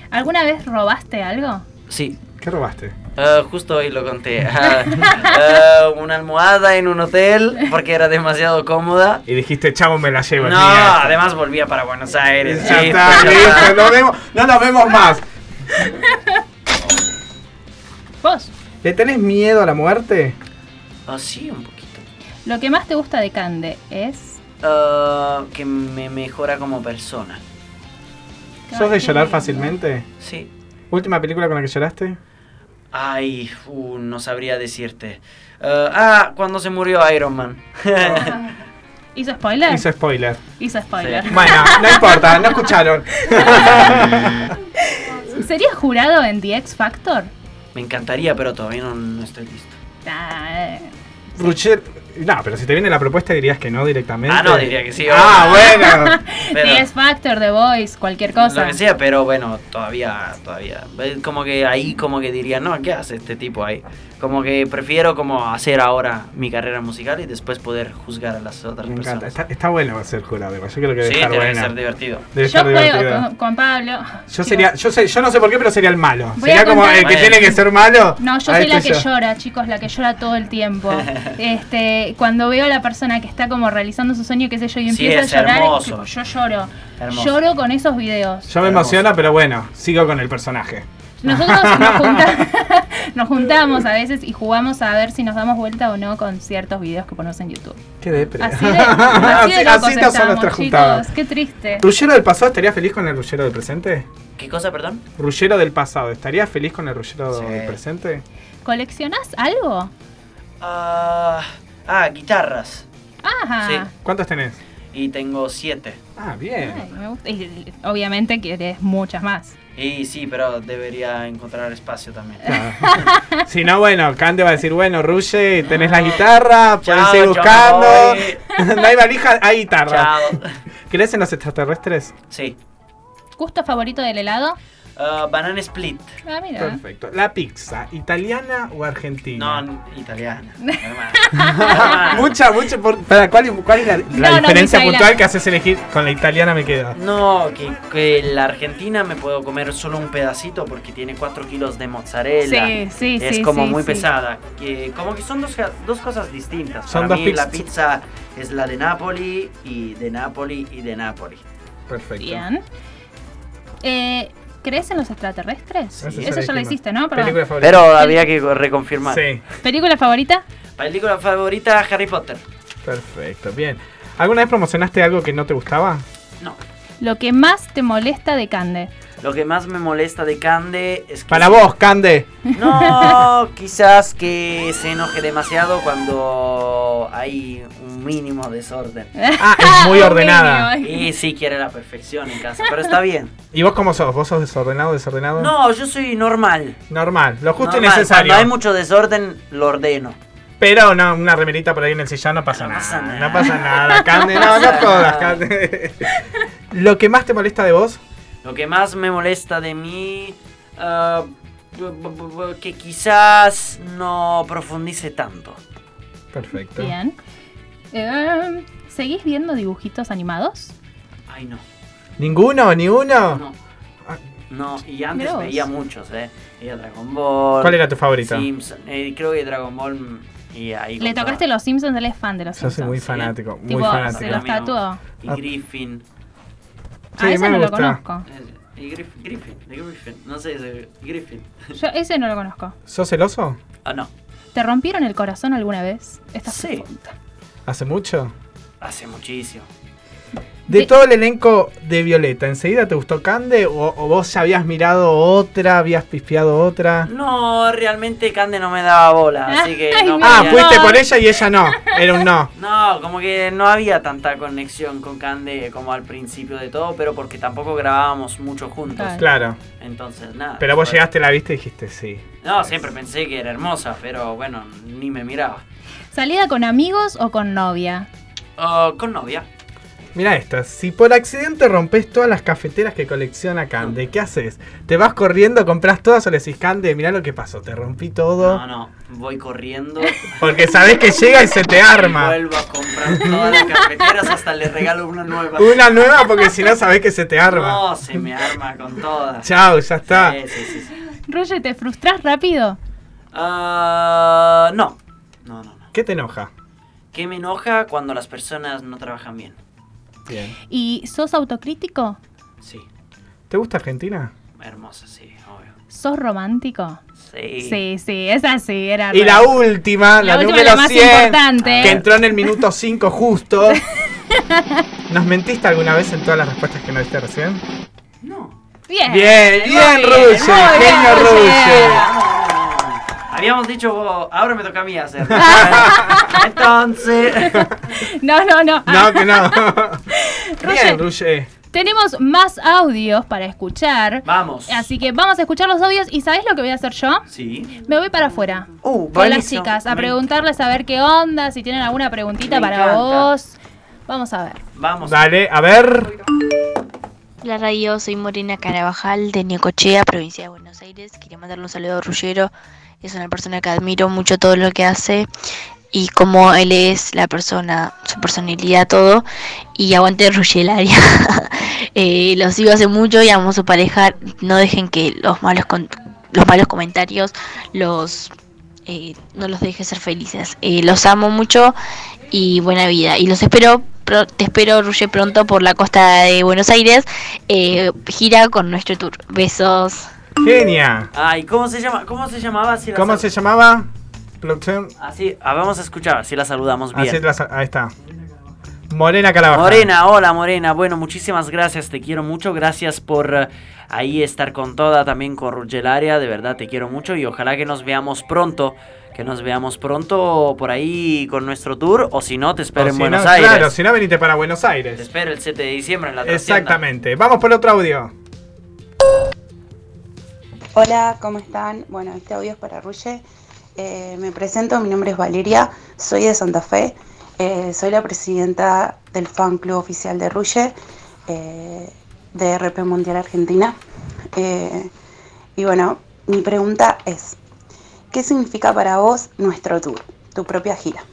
A: ¿Alguna vez robaste algo?
C: Sí,
B: ¿Qué robaste?
C: Ah, justo hoy lo conté. Ah, ah, una almohada en un hotel porque era demasiado cómoda.
B: Y dijiste, chavo, me la llevo. es
C: No,
B: mía".
C: además volvía para Buenos Aires.
B: Ya
C: sí,
B: está,
C: pues, ya está.
B: listo, nos vemos- no nos vemos más.
A: ¿Vos?
B: ¿Le tenés miedo a la muerte?
C: Ah, sí, un poquito.
A: Lo que más te gusta de Cande es...
C: Ah, que me mejora como persona.
B: ¿Sos de llorar fácilmente?
C: Sí.
B: ¿Última película con la que lloraste?
C: Ay, uh, no sabría decirte. Ah, ah, cuando se murió Iron Man.
A: ¿Hizo spoiler?
B: Hizo spoiler.
A: Hizo spoiler.
B: Bueno, no importa, no escucharon.
A: ¿Serías jurado en The X Factor?
C: me encantaría, pero todavía no, no estoy listo.
A: Ah, eh.
B: Rucher. No, pero si te viene la propuesta dirías que no directamente.
C: Ah, no, diría que sí.
B: Ah,
C: obvio.
B: bueno.
C: Pero-
A: The X Factor, The Voice, cualquier cosa.
C: Lo que sea, pero bueno, todavía, todavía. Eh, Como que ahí como que diría, no, ¿qué hace este tipo ahí? Como que prefiero como hacer ahora mi carrera musical y después poder juzgar a las otras
B: Me encanta.
C: personas.
B: Está, está bueno ser jurado. igual. Yo creo que debe
C: sí,
B: estar
C: debe
B: buena.
C: ser divertido.
B: Debe
A: Yo
B: estar
A: juego
B: divertida.
A: con, con Pablo.
B: Yo sería, yo sé, yo no sé por qué, pero sería el malo.
A: Voy a
B: Sería como
A: contar-
B: el que
C: Bueno.
B: tiene que ser malo.
A: No, yo
B: Ahí
A: soy la que
B: estoy yo.
A: llora, chicos, la que llora todo el tiempo. Este, cuando veo a la persona que está como realizando su sueño, qué sé yo, y
C: Sí,
A: empieza
C: es
A: a llorar,
C: hermoso.
A: yo lloro.
C: Hermoso.
A: Lloro con esos videos.
B: Yo me
C: Hermoso.
B: emociono, pero bueno, sigo con el personaje.
A: Nosotros nos, junta- nos juntamos a veces y jugamos a ver si nos damos vuelta o no con ciertos videos que ponemos en YouTube.
B: Qué depre.
A: Así de, así de
B: Así-
A: locos
B: así no son
A: estamos,
B: nuestras
A: chicos.
B: juntadas.
A: Qué triste.
B: ¿Rullero del pasado estaría feliz con el rullero del presente?
C: ¿Qué cosa, perdón?
B: ¿Rullero del pasado estaría feliz con el rullero
C: Sí.
B: del presente?
A: ¿Coleccionás algo?
C: Ah, ah, guitarras.
A: Ajá.
C: Sí.
B: ¿Cuántos tenés?
C: Y tengo siete.
B: Ah, bien.
A: Ay, me gusta. Y obviamente querés muchas más.
C: Y sí, pero debería encontrar espacio también.
B: Claro. si no, bueno, Cande va a decir, bueno, Ruge, tenés la guitarra, puedes
C: Chao,
B: ir
C: yo
B: buscando.
C: me
B: no hay valija, hay guitarra.
C: Chao.
B: ¿Crees en los extraterrestres?
C: Sí.
A: ¿Gusto favorito del helado?
C: Ah, banana split.
A: Ah, mira.
B: Perfecto. ¿La pizza, italiana o
C: No,
B: argentina?
C: n- italiana. hermano. Hermano.
B: Mucha, mucha. por- para, ¿Cuál, cuál es la, la
A: no,
B: diferencia
A: mi
B: puntual
A: italiana.
B: que haces elegir? Con la italiana me quedo.
C: No, que, que la Argentina me puedo comer solo un pedacito porque tiene 4 kilos de mozzarella.
A: Sí, sí,
C: es
A: sí,
C: como
A: sí,
C: muy
A: sí.
C: pesada. Que, como que son dos, ca- dos cosas distintas.
B: Son
C: Para
B: dos
C: mí la
B: pizzas.
C: pizza es la de Nápoli y de Nápoli y de Nápoli.
B: Perfecto.
A: Bien. Eh, ¿Crees en los extraterrestres?
B: Eso ya
A: Eso
B: lo
A: ya lo
B: dijimos.
A: hiciste, ¿no? Perdón.
B: Película favorita.
C: Pero había que reconfirmar.
B: Sí,
A: ¿Película favorita?
C: Película favorita, Harry Potter.
B: perfecto, bien. ¿Alguna vez promocionaste algo que no te gustaba?
C: No.
A: Lo que más te molesta de Cande.
C: Lo que más me molesta de Cande es que...
B: Para vos, Cande.
C: No, quizás que se enoje demasiado cuando hay un mínimo desorden.
B: Ah, es muy
A: Un
B: ordenada.
A: mínimo.
C: Y sí quiere la perfección en casa, pero está bien.
B: ¿Y vos cómo sos? ¿Vos sos desordenado, desordenado?
C: No, yo soy normal.
B: Normal, lo justo y
C: Normal.
B: necesario.
C: Cuando hay mucho desorden, lo ordeno.
B: Pero una, una remerita por ahí en el sillón no pasa
C: No
B: nada.
C: pasa nada.
B: No pasa nada, Cande. No, no
C: pasa
B: jodas,
C: nada.
B: Cande. Lo que más te molesta de vos,
C: Lo que más me molesta de mí... ah, que quizás no profundice tanto.
B: Perfecto.
A: Bien. Eh, ¿Seguís viendo dibujitos animados?
C: Ay, no.
B: ¿Ninguno? ¿Ni uno?
C: No. No, y antes
A: Mirá vos.
C: veía muchos, ¿eh? Veía Dragon Ball.
B: ¿Cuál era tu favorito?
C: Simpson. Eh, creo que Dragon Ball. mm, Y ahí.
A: Le
C: contaba.
A: tocaste los Simpsons, él es fan de los
B: Yo
A: Simpsons.
B: soy muy fanático, muy
A: Tipo, se
B: fanático.
A: los tatuó.
C: Y
B: Ah.
C: Griffin.
B: Sí,
A: a ese
B: me
A: no lo
B: gusta.
A: conozco.
C: eh, Y Griffin, Griffin, de Griffin. No sé, de Griffin.
A: Yo ese no lo conozco.
B: ¿Sos celoso?
C: Ah, no.
A: ¿Te rompieron el corazón alguna vez? Esta
C: Sí.
A: pregunta.
B: ¿Hace mucho?
C: Hace muchísimo.
B: De
A: Sí.
B: todo el elenco de Violeta, ¿enseguida te gustó Cande o, o vos ya habías mirado otra, habías pispeado otra?
C: No, realmente Cande no me daba bola, así que
A: Ay,
C: no
A: mira.
B: Ah,
A: No.
C: podía-
B: fuiste por ella y ella no. Era un no.
C: No, como que no había tanta conexión con Cande como al principio de todo, pero porque tampoco grabábamos mucho juntos.
A: Claro.
B: Claro.
C: Entonces, nada.
B: Pero vos
C: fue-
B: llegaste, la viste y dijiste sí.
C: No, siempre pensé que era hermosa, pero bueno, ni me miraba.
A: ¿Salida con amigos o con novia?
C: Oh, con novia.
B: Mira esta, si por accidente rompes todas las cafeteras que colecciona Cande, ¿qué haces? ¿Te vas corriendo, compras todas o le decís Cande, mirá lo que pasó, te rompí todo?
C: No, no, voy corriendo.
B: Porque sabés que llega y se te arma.
C: Vuelvo a comprar todas las cafeteras hasta le regalo una nueva.
B: Una nueva porque si no sabés que se te arma.
C: No, se me arma con todas.
B: Chao, ya está.
C: Sí, sí, sí, sí.
A: Roger, ¿te frustras rápido?
C: Ah, no. No, no, no.
B: ¿Qué te enoja?
C: ¿Qué me enoja cuando las personas no trabajan bien?
B: Bien.
A: ¿Y sos autocrítico?
C: Sí,
B: ¿Te gusta Argentina?
C: hermosa, sí, obvio.
A: ¿Sos romántico?
C: Sí.
A: Sí, sí, esa sí, era.
B: Y
A: re-
B: la última,
A: La
B: la,
A: última,
B: número
A: la más
B: 100,
A: importante.
B: que entró en el minuto 5 justo. ¿Nos mentiste alguna vez en todas las respuestas que nos diste recién?
C: No.
A: Bien,
B: Bien, bien,
A: Eh, muy
B: Ruche,
A: muy bien, Ah.
B: genio
A: Roger.
B: Ruche.
C: Habíamos dicho, oh, ahora me toca a mí hacer. Entonces.
A: No, no, no. Ah,
B: No, que no. Bien,
A: Ruche.
B: Ruche.
A: Tenemos más audios para escuchar.
C: Vamos.
A: Así que vamos a escuchar los audios. ¿Y sabés lo que voy a hacer yo?
C: Sí.
A: Me voy para afuera. Con
C: Uh,
A: las
C: buenísimo.
A: chicas, a
C: Me-
A: preguntarles a ver qué onda, si tienen alguna preguntita
C: Me
A: para
C: encanta.
A: vos. Vamos a ver.
C: Vamos.
B: Dale, a ver.
F: Hola radio, soy Morena Carabajal de Necochea, provincia de Buenos Aires. Quería mandarle un saludo a Rullero. Es una persona que admiro mucho todo lo que hace y cómo él es la persona, su personalidad, todo. Y aguante Ruggelaria. eh, lo sigo hace mucho y amo a su pareja. No dejen que los malos, con- los malos comentarios los eh, no los deje ser felices. Eh, los amo mucho y buena vida. Y los espero, pro- te espero, Ruge, pronto por la costa de Buenos Aires. Eh, gira con nuestro tour. Besos.
B: Genia.
C: Ay, ¿cómo se llama? ¿Cómo se llamaba? Si la
B: ¿Cómo se
C: sal-
B: llamaba? Producción.
C: Así, ah, vamos a escuchar si la saludamos bien.
B: Así la sa- ahí está. Morena Calabajal.
C: Morena, hola Morena. Bueno, muchísimas gracias, te quiero mucho. Gracias por eh, ahí estar con toda, también con Ruggelaria. De verdad, te quiero mucho y ojalá que nos veamos pronto. Que nos veamos pronto por ahí con nuestro tour. O si no, te espero
B: O
C: en
B: si
C: Buenos
B: no,
C: Aires.
B: Claro, si no, venite para Buenos
C: Te
B: Aires.
C: espero el 7 de diciembre en la trastienda.
B: Exactamente. Vamos por otro audio.
G: Hola, ¿cómo están? Bueno, este audio es para Ruye. Eh, me presento, mi nombre es Valeria, soy de Santa Fe, eh, soy la presidenta del fan club oficial de Ruye, eh, de RP Mundial Argentina. Eh, y bueno, mi pregunta es, ¿qué significa para vos nuestro tour, tu propia gira?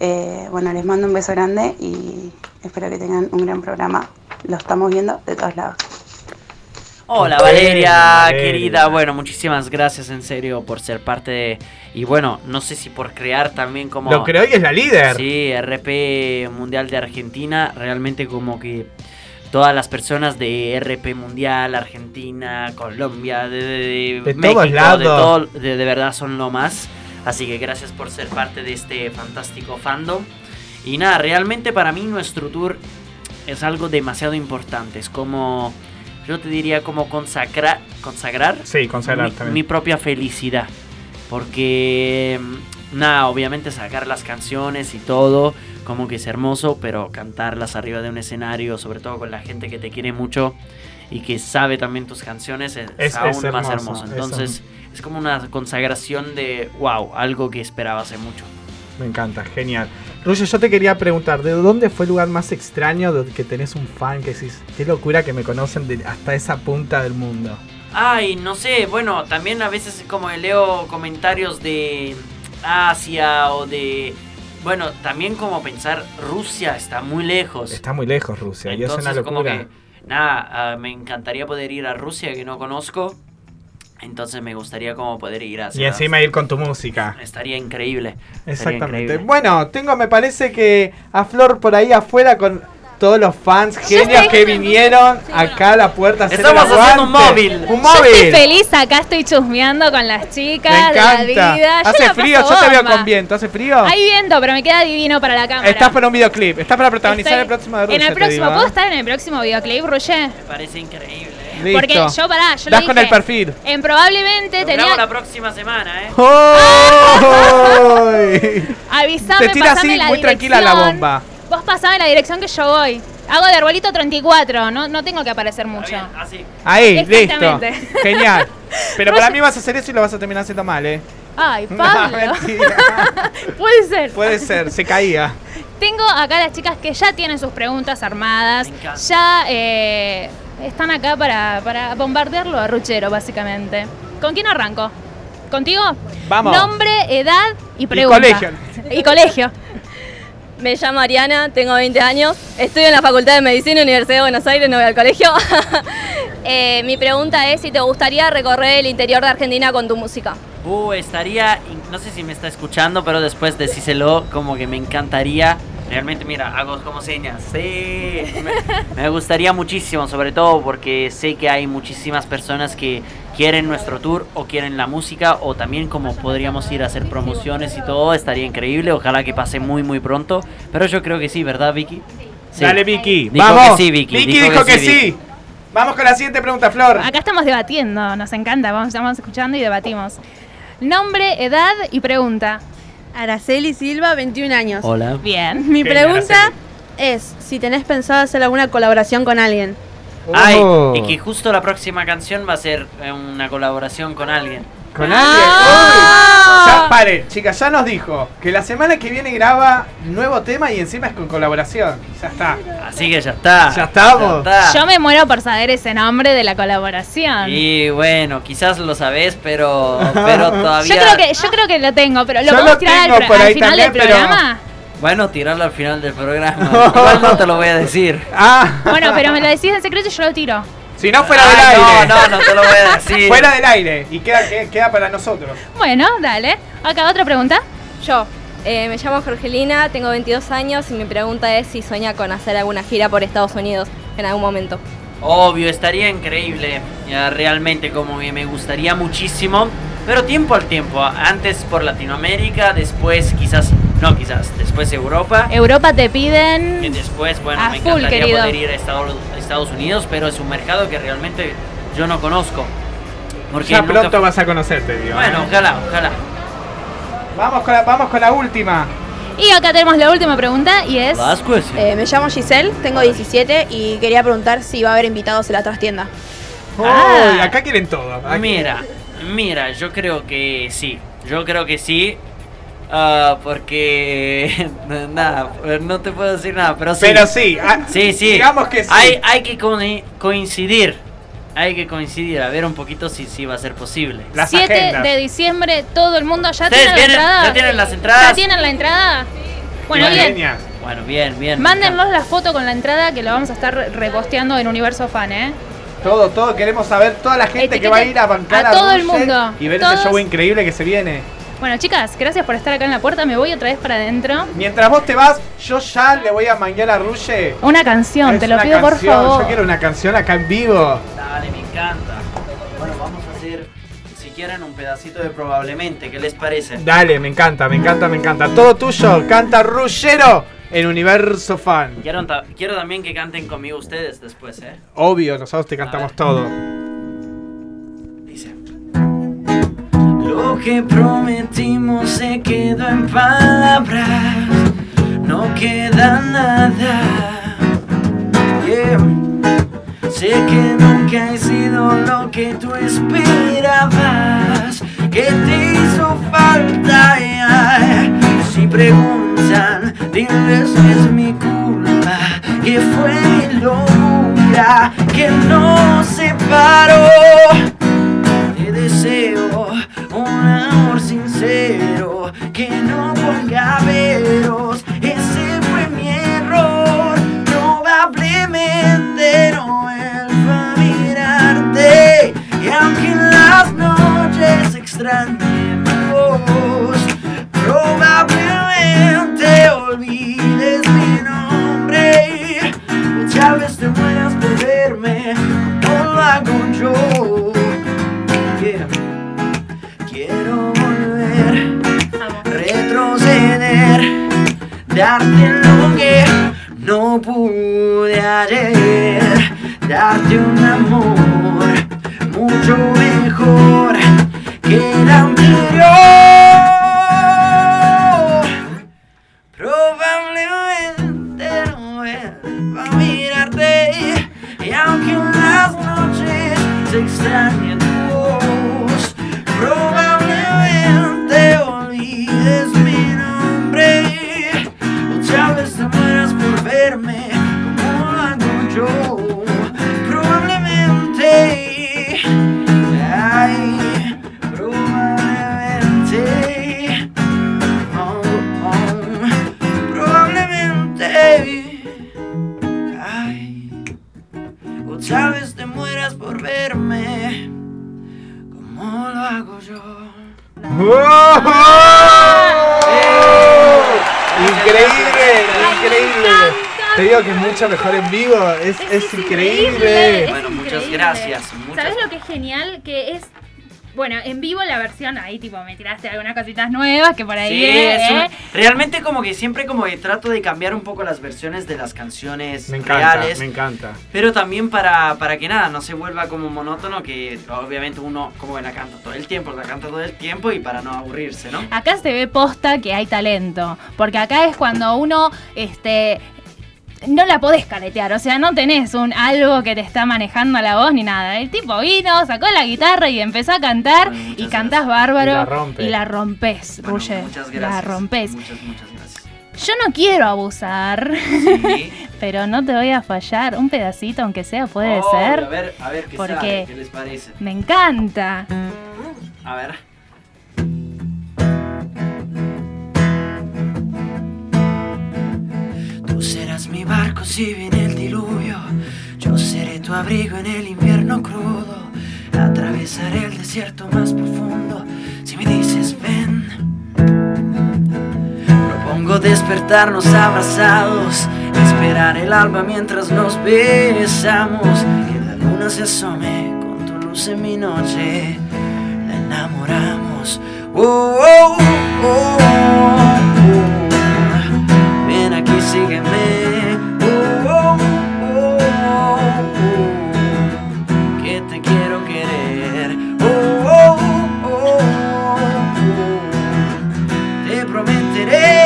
G: Eh, bueno, les mando un beso grande y espero que tengan un gran programa. Lo estamos viendo de todos lados.
C: Hola
B: Bueno,
C: Valeria,
B: Valeria.
C: querida. Bueno, muchísimas gracias en serio por ser parte de... Y bueno, no sé si por crear también como...
B: Lo creo y es la líder.
C: Sí, RP Mundial de Argentina, realmente como que todas las personas de RP Mundial, Argentina, Colombia, de, de- de
B: De
C: México,
B: todos lados.
C: De, todo- de- de verdad son lo más. Así que gracias por ser parte de este fantástico fandom. Y nada, realmente para mí nuestro tour es algo demasiado importante. Es como, yo te diría como consacra- consagrar
B: Sí, consagrar
C: mi, mi
B: también.
C: propia felicidad. Porque, mm, nada, obviamente sacar las canciones y todo, como que es hermoso, pero cantarlas arriba de un escenario, sobre todo con la gente que te quiere mucho y que sabe también tus canciones, es,
B: Es-
C: aún
B: es
C: más
B: hermoso,
C: hermoso.
B: es
C: Entonces, es como una consagración de, wow, algo que esperaba hace mucho.
B: Me encanta, genial. Ruyo, yo te quería preguntar, ¿de dónde fue el lugar más extraño donde que tenés un fan que decís, qué locura que me conocen de hasta esa punta del mundo?
C: Ay, no sé, bueno, también a veces como leo comentarios de Asia o de... Bueno, también como pensar, Rusia está muy lejos.
H: Está muy lejos Rusia y es una
C: Entonces, como que,
H: locura.
C: nada, ah, me encantaría poder ir a Rusia que no conozco. Entonces me gustaría como poder ir hacia...
H: Y encima ir con tu música.
C: Estaría increíble. estaría
B: Exactamente.
C: increíble.
B: Bueno, tengo, me parece que a Flor por ahí afuera con todos los fans genios que vinieron acá a la puerta. a hacer el
C: Estamos haciendo un
B: aguante.
C: móvil.
B: Un
A: Yo estoy
B: móvil.
A: feliz, acá estoy chusmeando con las
B: Me
A: chicas, la
B: encanta.
A: vida. Yo
B: Hace
A: la
B: frío,
A: paso
B: yo te veo
A: bomba.
B: con viento. ¿Hace frío?
A: Hay viento, pero me queda divino para la cámara.
B: Estás para un videoclip. Estás para protagonizar
A: Estoy-
B: el próximo de Rusia,
A: En el
B: te
A: próximo,
B: digo, ¿eh?
A: ¿puedo estar en el próximo videoclip, Roger?
C: Me parece increíble. ¿eh?
B: Listo.
A: Porque yo, pará, yo lo
B: Das con
A: dije.
B: el perfil.
A: En probablemente
C: Lo grabo la
A: tenía.
C: próxima semana, ¿eh?
B: ¡Ay!
A: Avisame,
B: Te tira
A: pasame
B: así,
A: la
B: muy tranquila la
A: dirección.
B: bomba.
A: Vos pasame la dirección que yo voy. Hago de arbolito 34, no, no tengo que aparecer mucho.
C: Está bien, así.
B: Ahí, listo.
A: Exactamente.
B: Genial. Pero para mí vas a hacer eso y lo vas a terminar haciendo mal, ¿eh?
A: Ay,
B: No,
A: Pablo.
B: mentira.
A: Puede ser.
B: Puede ser, se caía.
A: Tengo acá las chicas que ya tienen sus preguntas armadas.
C: Me encanta.
A: Ya eh, están acá para, para bombardearlo a Ruchero, básicamente. ¿Con quién arranco? ¿Contigo?
B: Vamos.
A: Nombre, edad y pregunta.
B: colegio.
A: Y colegio.
I: Me llamo Ariana, tengo 20 años, estudio en la Facultad de Medicina, Universidad de Buenos Aires, no voy al colegio. Eh, mi pregunta es si te gustaría recorrer el interior de Argentina con tu música.
C: Uh, estaría, in- no sé si me está escuchando, pero después decíselo, como que me encantaría. Realmente, mira, hago como señas. Sí, me, me gustaría muchísimo, sobre todo porque sé que hay muchísimas personas que quieren nuestro tour o quieren la música o también como podríamos ir a hacer promociones y todo, estaría increíble. Ojalá que pase muy, muy pronto. Pero yo creo que sí, ¿verdad, Vicky? Sí.
B: Dale, Vicky.
C: Dijo
B: Vamos.
C: que sí, Vicky,
B: dijo, que, sí.
C: Vicky.
B: Vamos con la siguiente pregunta, Flor.
A: Acá estamos debatiendo, nos encanta. Vamos, vamos escuchando y debatimos. Nombre, edad y pregunta.
J: Araceli Silva, 21 años.
C: Hola.
A: Bien.
J: Mi
B: Genia,
J: pregunta
B: Araceli.
J: es si tenés pensado hacer alguna colaboración con alguien.
C: Ay,
B: Oh.
C: y que justo la próxima canción va a ser eh, una colaboración con alguien.
B: Con
A: Ah.
B: alguien. Uy. Ya, pare, chicas, ya nos dijo que la semana que viene graba nuevo tema y encima es con colaboración. Ya está.
C: Así que ya está.
B: Ya estamos.
C: Ya está.
A: Yo me muero por saber ese nombre de la colaboración.
C: Ah. Y bueno, quizás lo sabés, pero, pero todavía.
A: Yo creo que, yo creo que lo tengo, pero lo
B: Yo
A: podemos
B: lo
A: tirar
B: tengo
A: al, pro-
B: por
A: al
B: ahí
A: final del
B: también, pero-
A: programa.
C: Bueno, tirarlo al final del programa. Igual no te lo voy a decir.
B: Ah.
A: Bueno, pero me lo decís en secreto y yo lo tiro.
B: Si no fuera del
C: Ay,
B: aire.
C: No, no, no te lo voy a decir.
B: Fuera del aire. Y queda, que- queda para nosotros.
A: Bueno, dale. Acá otra pregunta.
I: Yo, eh, me llamo Jorgelina, tengo 22 años y mi pregunta es si sueña con hacer alguna gira por Estados Unidos en algún momento.
C: Obvio, estaría increíble. Ya, realmente, como que me gustaría muchísimo. Pero tiempo al tiempo. Antes por Latinoamérica, después quizás. No, quizás. Después Europa.
A: Europa te
C: que
A: piden.
C: después, bueno,
A: A
C: me
A: full,
C: encantaría
A: querido.
C: poder ir a Estados, a Estados Unidos, pero es un mercado que realmente yo no conozco. Porque
B: Ya
C: nunca-
B: pronto vas a conocerte, digo. ¿eh?
C: Bueno, ojalá, ojalá.
B: Vamos con la, vamos con la última.
A: Y acá tenemos la última pregunta y es.
J: Eh, me llamo Giselle, tengo 17 y quería preguntar si va a haber invitados en la trastienda.
A: Ah.
B: Uy, acá quieren todo. Aquí-
C: Mira, mira, yo creo que sí. Yo creo que sí. ah, porque. nada, no te puedo decir nada, pero sí.
B: Pero sí. ah,
C: Sí, sí.
B: Digamos que sí.
C: Hay, hay que co- coincidir. Hay que coincidir, a ver un poquito si, si va a ser posible.
B: Las
A: 7
B: agendas.
A: de diciembre, todo el mundo ya
C: ¿Ustedes
A: tiene la
C: tienen-
A: entrada.
C: ya tienen las entradas?
A: ¿Ya tienen la entrada? Bueno,
B: Las
C: Vale.
A: bien.
B: genias.
C: Bueno, bien, bien.
A: Mándennos la foto con la entrada que la vamos a estar reposteando en Universo Fan, ¿eh?
B: Todo, todo, queremos saber toda la gente que
A: Etiqueten
B: va a ir a bancar
A: a
B: a,
A: todo el
B: Ruger
A: mundo.
B: y ver
A: Todos.
B: ese show increíble que se viene.
A: Bueno, chicas, gracias por estar acá en la puerta. Me voy otra vez para adentro.
B: Mientras vos te vas, yo ya le voy a manguear a Ruge.
A: Una canción,
B: Es
A: te lo
B: una
A: pido por
B: canción,
A: favor.
B: Yo quiero una canción acá en vivo.
C: Dale, me encanta. Bueno, vamos a hacer, si quieren, un pedacito de probablemente. ¿Qué les parece?
B: Dale, me encanta, me encanta, me encanta. Todo tuyo, canta Rullero en Universo Fan.
C: Quiero, ta- quiero también que canten conmigo ustedes después, ¿eh?
B: Obvio, nosotros te cantamos todo.
C: Dice. Lo que prometimos se quedó en palabras, no queda nada. Yeah. Sé que nunca he sido lo que tú esperabas, que te hizo falta. ay, ay. Si preguntan, diles que es mi culpa, que fue locura, que no separó. extrañe vos. Probablemente olvides mi nombre. O tal vez te mueras por verme como lo hago yo. Yeah. Quiero volver, retroceder, darte lo que no pude ayer. Darte un amor mucho mejor que el anterior. Probablemente no vuelva a mirarte y aunque en las noches se extrañe tu voz, probablemente olvides mi nombre. O tal vez te mueras por verme como lo hago yo. Probablemente, ay, probablemente, oh, oh, probablemente, ay, o tal vez te mueras por verme como lo hago yo.
A: ¡Oh!
B: Increíble, increíble. Te digo que es mucho mejor en vivo, es, es increíble.
K: Bueno, muchas gracias. Muchas
A: ¿Sabes lo que es genial? Que es. Bueno, en vivo la versión ahí, tipo, me tiraste algunas cositas nuevas que por ahí.
K: Sí,
A: eh,
K: es una-
A: eh.
K: realmente como que siempre como que trato de cambiar un poco las versiones de las canciones
B: Me encanta,
K: reales.
B: me encanta.
K: Pero también para, para que nada, no se vuelva como monótono, que obviamente uno como que la canta todo el tiempo, la canta todo el tiempo y para no aburrirse, ¿no?
A: Acá se ve posta que hay talento. Porque acá es cuando uno. este no la podés caretear, o sea, no tenés un algo que te está manejando la voz ni nada. El tipo vino, sacó la guitarra y empezó a cantar y cantás bárbaro
K: Y la rompe.
A: y la rompés, Ruger.
K: Muchas
A: La
K: gracias.
A: rompés.
K: Muchas, muchas gracias.
A: Yo no quiero abusar, pero no te voy a fallar. Un pedacito, aunque sea, puede
K: Oh,
A: ser.
K: A ver, a ver qué
A: porque-
K: sale, qué les parece.
A: Me encanta.
K: A ver.
C: Tú serás mi barco si viene el diluvio. Yo seré tu abrigo en el invierno crudo. Atravesaré el desierto más profundo. Si me dices ven, propongo despertarnos abrazados. Esperar el alba mientras nos besamos. Que la luna se asome con tu luz en mi noche. La enamoramos. Oh, oh, oh, oh. Ven aquí, sígueme. Oh, oh, oh, oh, oh. Que te quiero querer. Oh, oh, oh, oh, oh. Te prometeré.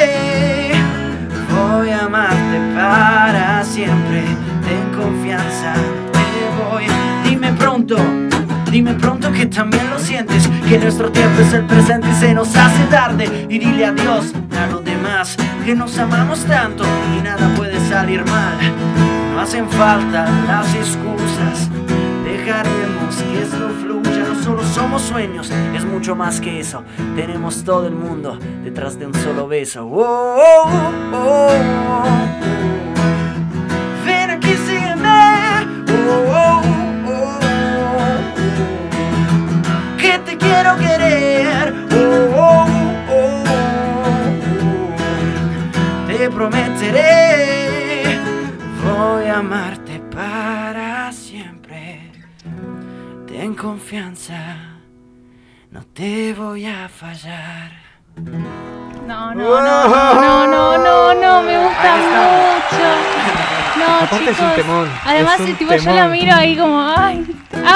C: Voy a amarte para siempre. Ten confianza, te voy. Dime pronto. Dime pronto que también lo sientes, que nuestro tiempo es el presente y se nos hace tarde. Y dile adiós a los demás, que nos amamos tanto y nada puede salir mal. No hacen falta las excusas, dejaremos que esto fluya. No solo somos sueños, es mucho más que eso. Tenemos todo el mundo detrás de un solo beso. Oh, oh, oh, oh, oh. Ven aquí, sígueme. Oh, oh, oh, oh. Que te quiero querer. Oh, oh, oh, oh. Te prometeré. Voy a amarte para siempre. Ten confianza. No te voy a fallar.
A: No, no, no, no, no, no, no, me gusta mucho. No,
B: Aparte es un
A: chicos.
B: temón,
A: Además,
B: es un
A: tipo, yo la
B: temón.
A: miro ahí como, ay,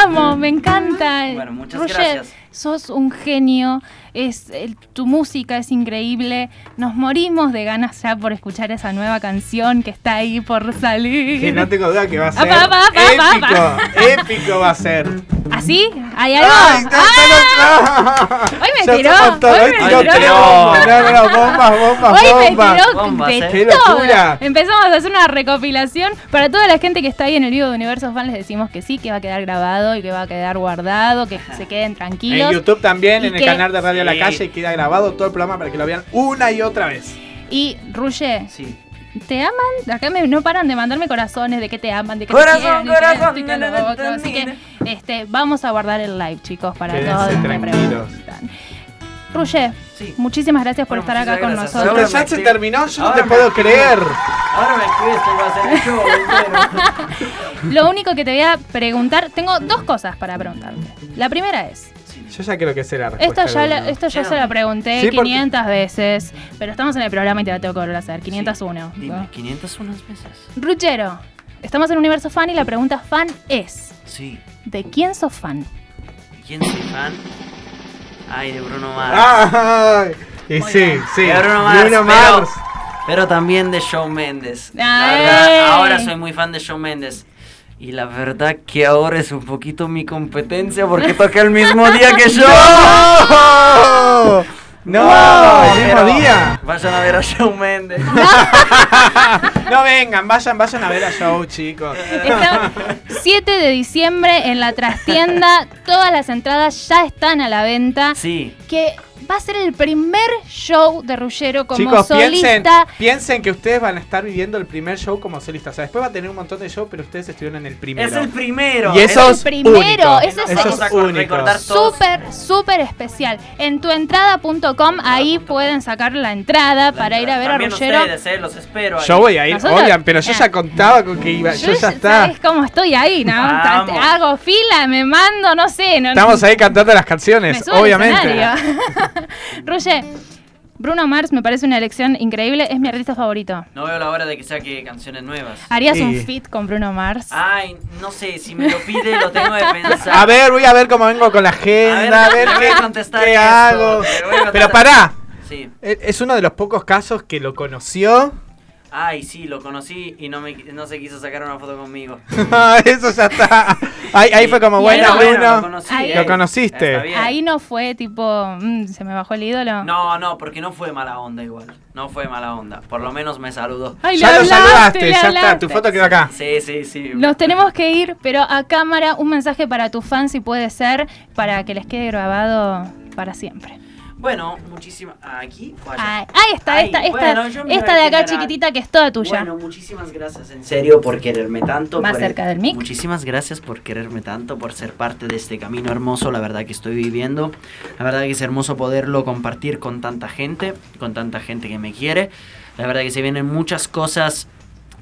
A: amo, me encanta. Bueno,
K: muchas
A: Roger,
K: gracias.
A: sos un genio, es eh, tu música es increíble. Nos morimos de ganas ya por escuchar esa nueva canción que está ahí por salir.
B: Que no tengo duda que va a ser
A: Apa, apa, apa, apa,
B: épico, épico va a ser.
A: ¿Así? ¿Hay algo?
B: Ay,
A: ¡Ah! Hoy me
B: Ya
A: tiró.
B: está con todo,
A: Hoy
B: hoy
A: me
B: tiró
A: tiró.
B: tres bombas, no, no, bombas, bombas,
A: Hoy me
B: bombas.
A: tiró
B: Bombas,
A: de
B: ¿eh? ¡Qué
A: todo.
B: locura!
A: Empezamos a hacer una recopilación. Para toda la gente que está ahí en el vivo de Universo Fan, les decimos que sí, que va a quedar grabado y que va a quedar guardado, que se queden tranquilos.
B: En YouTube también,
A: Y
B: en el
A: que-
B: canal de Radio
A: Sí.
B: La Calle, queda grabado todo el programa para que lo vean una y otra vez.
A: Y, Ruye, ¿te aman? Acá me- no paran de mandarme corazones de que te aman, de que
C: Corazón,
A: te quieren, de que
C: corazón,
A: esto y que lo
C: na, na, na,
A: otro. Así que este, vamos a guardar el live, chicos, para
B: Quédense
A: todos. los que
B: tranquilos.
A: preguntan. gustan. Ruye, muchísimas gracias por estar acá con
B: gracias.
A: nosotros.
B: Ya se terminó, yo
A: Ah,
B: no te puedo creer.
C: Ahora me escribes que va a ser el show.
A: Lo único que te voy a preguntar, tengo dos cosas para preguntarte. La primera es,
B: Yo ya creo que sé la respuesta.
A: esto ya,
B: de
A: la-
B: uno.
A: esto ya se la pregunté
B: Sí, porque-
A: 500 veces, pero estamos en el programa y te la tengo que volver a hacer, 501.
C: Dime, 501 veces.
A: Ruchero, estamos en Universo Fan y la pregunta fan es,
C: Sí.
A: ¿de quién sos fan?
C: ¿Quién soy fan? Ay, de Bruno Mars.
B: Ah, Ay, y
C: Muy
B: sí,
C: bien.
B: sí.
C: De Bruno Mars.
B: Bruno
C: pero-
B: Mars.
C: Pero, también de Shawn Mendes. La
A: Ay.
C: verdad, ahora soy muy fan de Shawn Mendes. Y la verdad que ahora es un poquito mi competencia porque toca el mismo día que yo.
B: ¡No! ¡No! ¡El mismo
C: pero
B: día!
C: Vayan a ver a Shawn Mendes.
B: No vengan, vayan, vayan a ver a show, chicos.
A: 7 de diciembre en la trastienda, todas las entradas ya están a la venta.
C: Sí.
A: Que va a ser el primer show de Rullero como
B: Chicos, piensen,
A: solista.
B: piensen que ustedes van a estar viviendo el primer show como solista. O sea, después va a tener un montón de shows, pero ustedes estuvieron en el primero.
C: Es el primero.
B: Y eso
A: el
B: es
A: primero,
B: único.
A: ese es-
B: Eso
A: Vamos a
B: es único.
C: recordar todos.
A: Súper, súper especial. En tuentrada.com ahí pueden sacar la entrada para ir a ver
C: También
A: a Rullero.
C: ustedes, eh, los espero. ahí.
B: Yo voy a ir,
A: Nosotros- Ah.
B: obvian, pero yo ya contaba con que iba. Yo, ya está.
A: ¿Sabes cómo estoy ahí? ¿no?
C: Vamos.
A: Te- Hago fila, me mando, no sé. No,
B: Estamos ahí cantando las
A: me
B: canciones,
A: subo al
B: obviamente.
A: escenario. Ruye, Bruno Mars me parece una elección increíble. Es mi artista favorito.
C: No veo la hora de que saque canciones nuevas.
A: ¿Harías
B: Sí.
A: un fit con Bruno Mars?
C: Ay, no sé, si me lo pide lo tengo de pensar.
B: A ver, voy a ver cómo vengo con la agenda, a
C: te
B: ver,
C: voy
B: qué,
C: a contestar
B: qué
C: esto,
B: hago.
C: te voy a contestar-
B: Pero pará,
C: Sí.
B: e- es uno de los pocos casos que lo conoció.
C: Ay, sí, lo conocí y no, me, no se quiso sacar una foto conmigo.
B: Eso ya está. Ahí, ahí
C: Sí.
B: fue como,
A: Y
B: bueno,
A: ahí
C: Bueno,
B: Bruno.
C: lo conocí.
A: Ahí-
C: eh.
B: Lo conociste.
C: Está bien.
A: Ahí no fue tipo, mm, se me bajó el ídolo.
C: No, no, porque no fue mala onda igual. No fue mala onda. Por lo menos me saludó.
A: Ay, le
B: ya lo
A: hablaste,
B: saludaste,
A: le
B: ya está, tu
A: hablaste.
B: foto quedó acá.
C: Sí, sí, sí.
A: Nos tenemos que ir, pero a cámara un mensaje para tus fans, si puede ser, para que les quede grabado para siempre.
C: Bueno, muchísimas. Aquí, o allá.
A: Ay, ahí está,
C: Ay,
A: esta, esta,
C: bueno, yo me
A: esta
C: voy
A: de
C: a
A: acá
C: quedar.
A: chiquitita que es toda tuya.
C: Bueno, muchísimas gracias, en serio, por quererme tanto.
A: Más
C: por-
A: cerca del mic.
C: Muchísimas gracias por quererme tanto, por ser parte de este camino hermoso, la verdad que estoy viviendo. La verdad que es hermoso poderlo compartir con tanta gente, con tanta gente que me quiere. La verdad que se vienen muchas cosas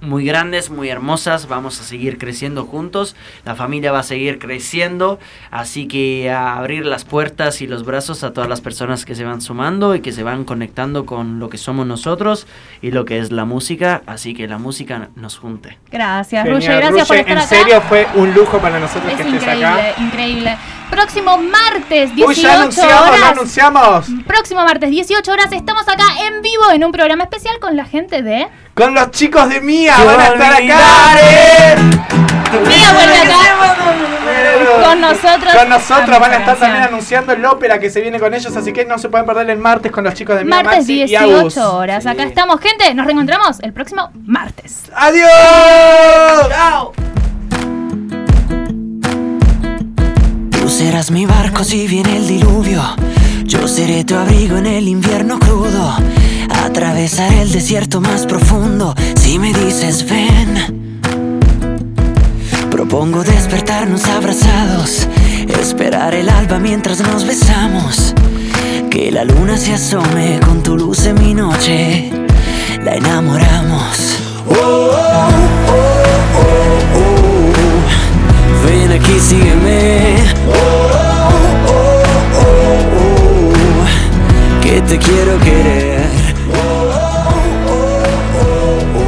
C: muy grandes, muy hermosas. Vamos a seguir creciendo juntos. La familia va a seguir creciendo. Así que a abrir las puertas y los brazos a todas las personas que se van sumando y que se van conectando con lo que somos nosotros y lo que es la música. Así que la música nos junte.
A: Gracias,
B: Genial,
A: Ruye, gracias por
B: Ruye,
A: estar
B: en
A: acá.
B: serio fue un lujo para nosotros
A: es
B: que estés
A: increíble,
B: acá.
A: increíble. Próximo martes,
B: Uy,
A: 18
B: ya anunciamos, ya
A: horas.
B: anunciamos.
A: Próximo martes, 18 horas, estamos acá en vivo en un programa especial con la gente de.
B: Con los chicos de Mía
C: ¡Qué
B: van a estar acá. ¡Eh!
C: barbaridad,
A: Mía vuelve acá con nosotros.
B: Con nosotros van a estar
A: Programación.
B: también anunciando el ópera que se viene con ellos, así que no se pueden perder el martes con los chicos de Mía
A: Martes
B: Maxi y
A: 18
B: Agus.
A: horas. Acá
C: Sí.
A: estamos, gente. Nos reencontramos el próximo martes.
B: ¡Adiós!
C: ¡Chao!
L: Tú serás mi barco si viene el diluvio. Yo seré tu abrigo en el invierno crudo. Atravesaré el desierto más profundo si me dices ven. Propongo despertarnos abrazados. Esperar el alba mientras nos besamos. Que la luna se asome con tu luz en mi noche. La enamoramos. Oh, Ven aquí, sígueme. Oh, oh, oh, oh, oh, que te quiero querer. Oh, oh, oh, oh,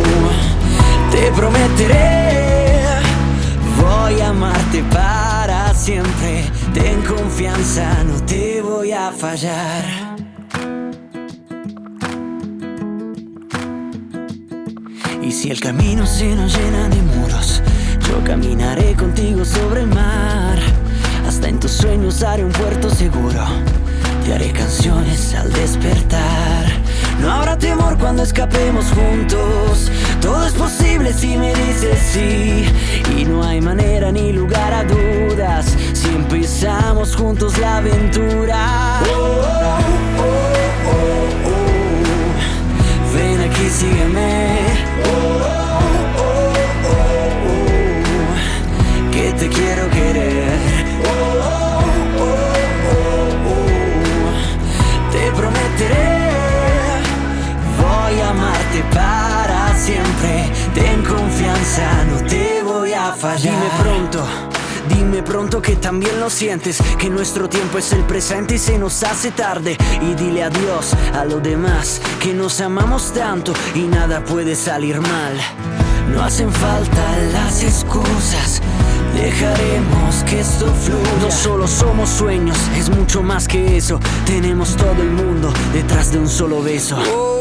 L: oh, te prometeré. Voy a amarte para siempre. Ten confianza, no te voy a fallar. Y si el camino se nos llena de muros, yo caminaré contigo sobre el mar. Hasta en tus sueños haré un puerto seguro. Te haré canciones al despertar. No habrá temor cuando escapemos juntos. Todo es posible si me dices sí. Y no hay manera ni lugar a dudas. Si empezamos juntos la aventura. Oh, oh, oh, oh. Ven aquí, sígueme. Oh, oh, oh, oh, oh. Que te quiero querer. Oh, oh, oh, oh, oh.
C: Ten confianza, no te voy a fallar. Dime pronto. Dime pronto que también lo sientes, que nuestro tiempo es el presente y se nos hace tarde. Y dile adiós a lo demás, que nos amamos tanto y nada puede salir mal. No hacen falta las excusas, dejaremos que esto fluya. No solo somos sueños, es mucho más que eso. Tenemos todo el mundo detrás de un solo beso. oh,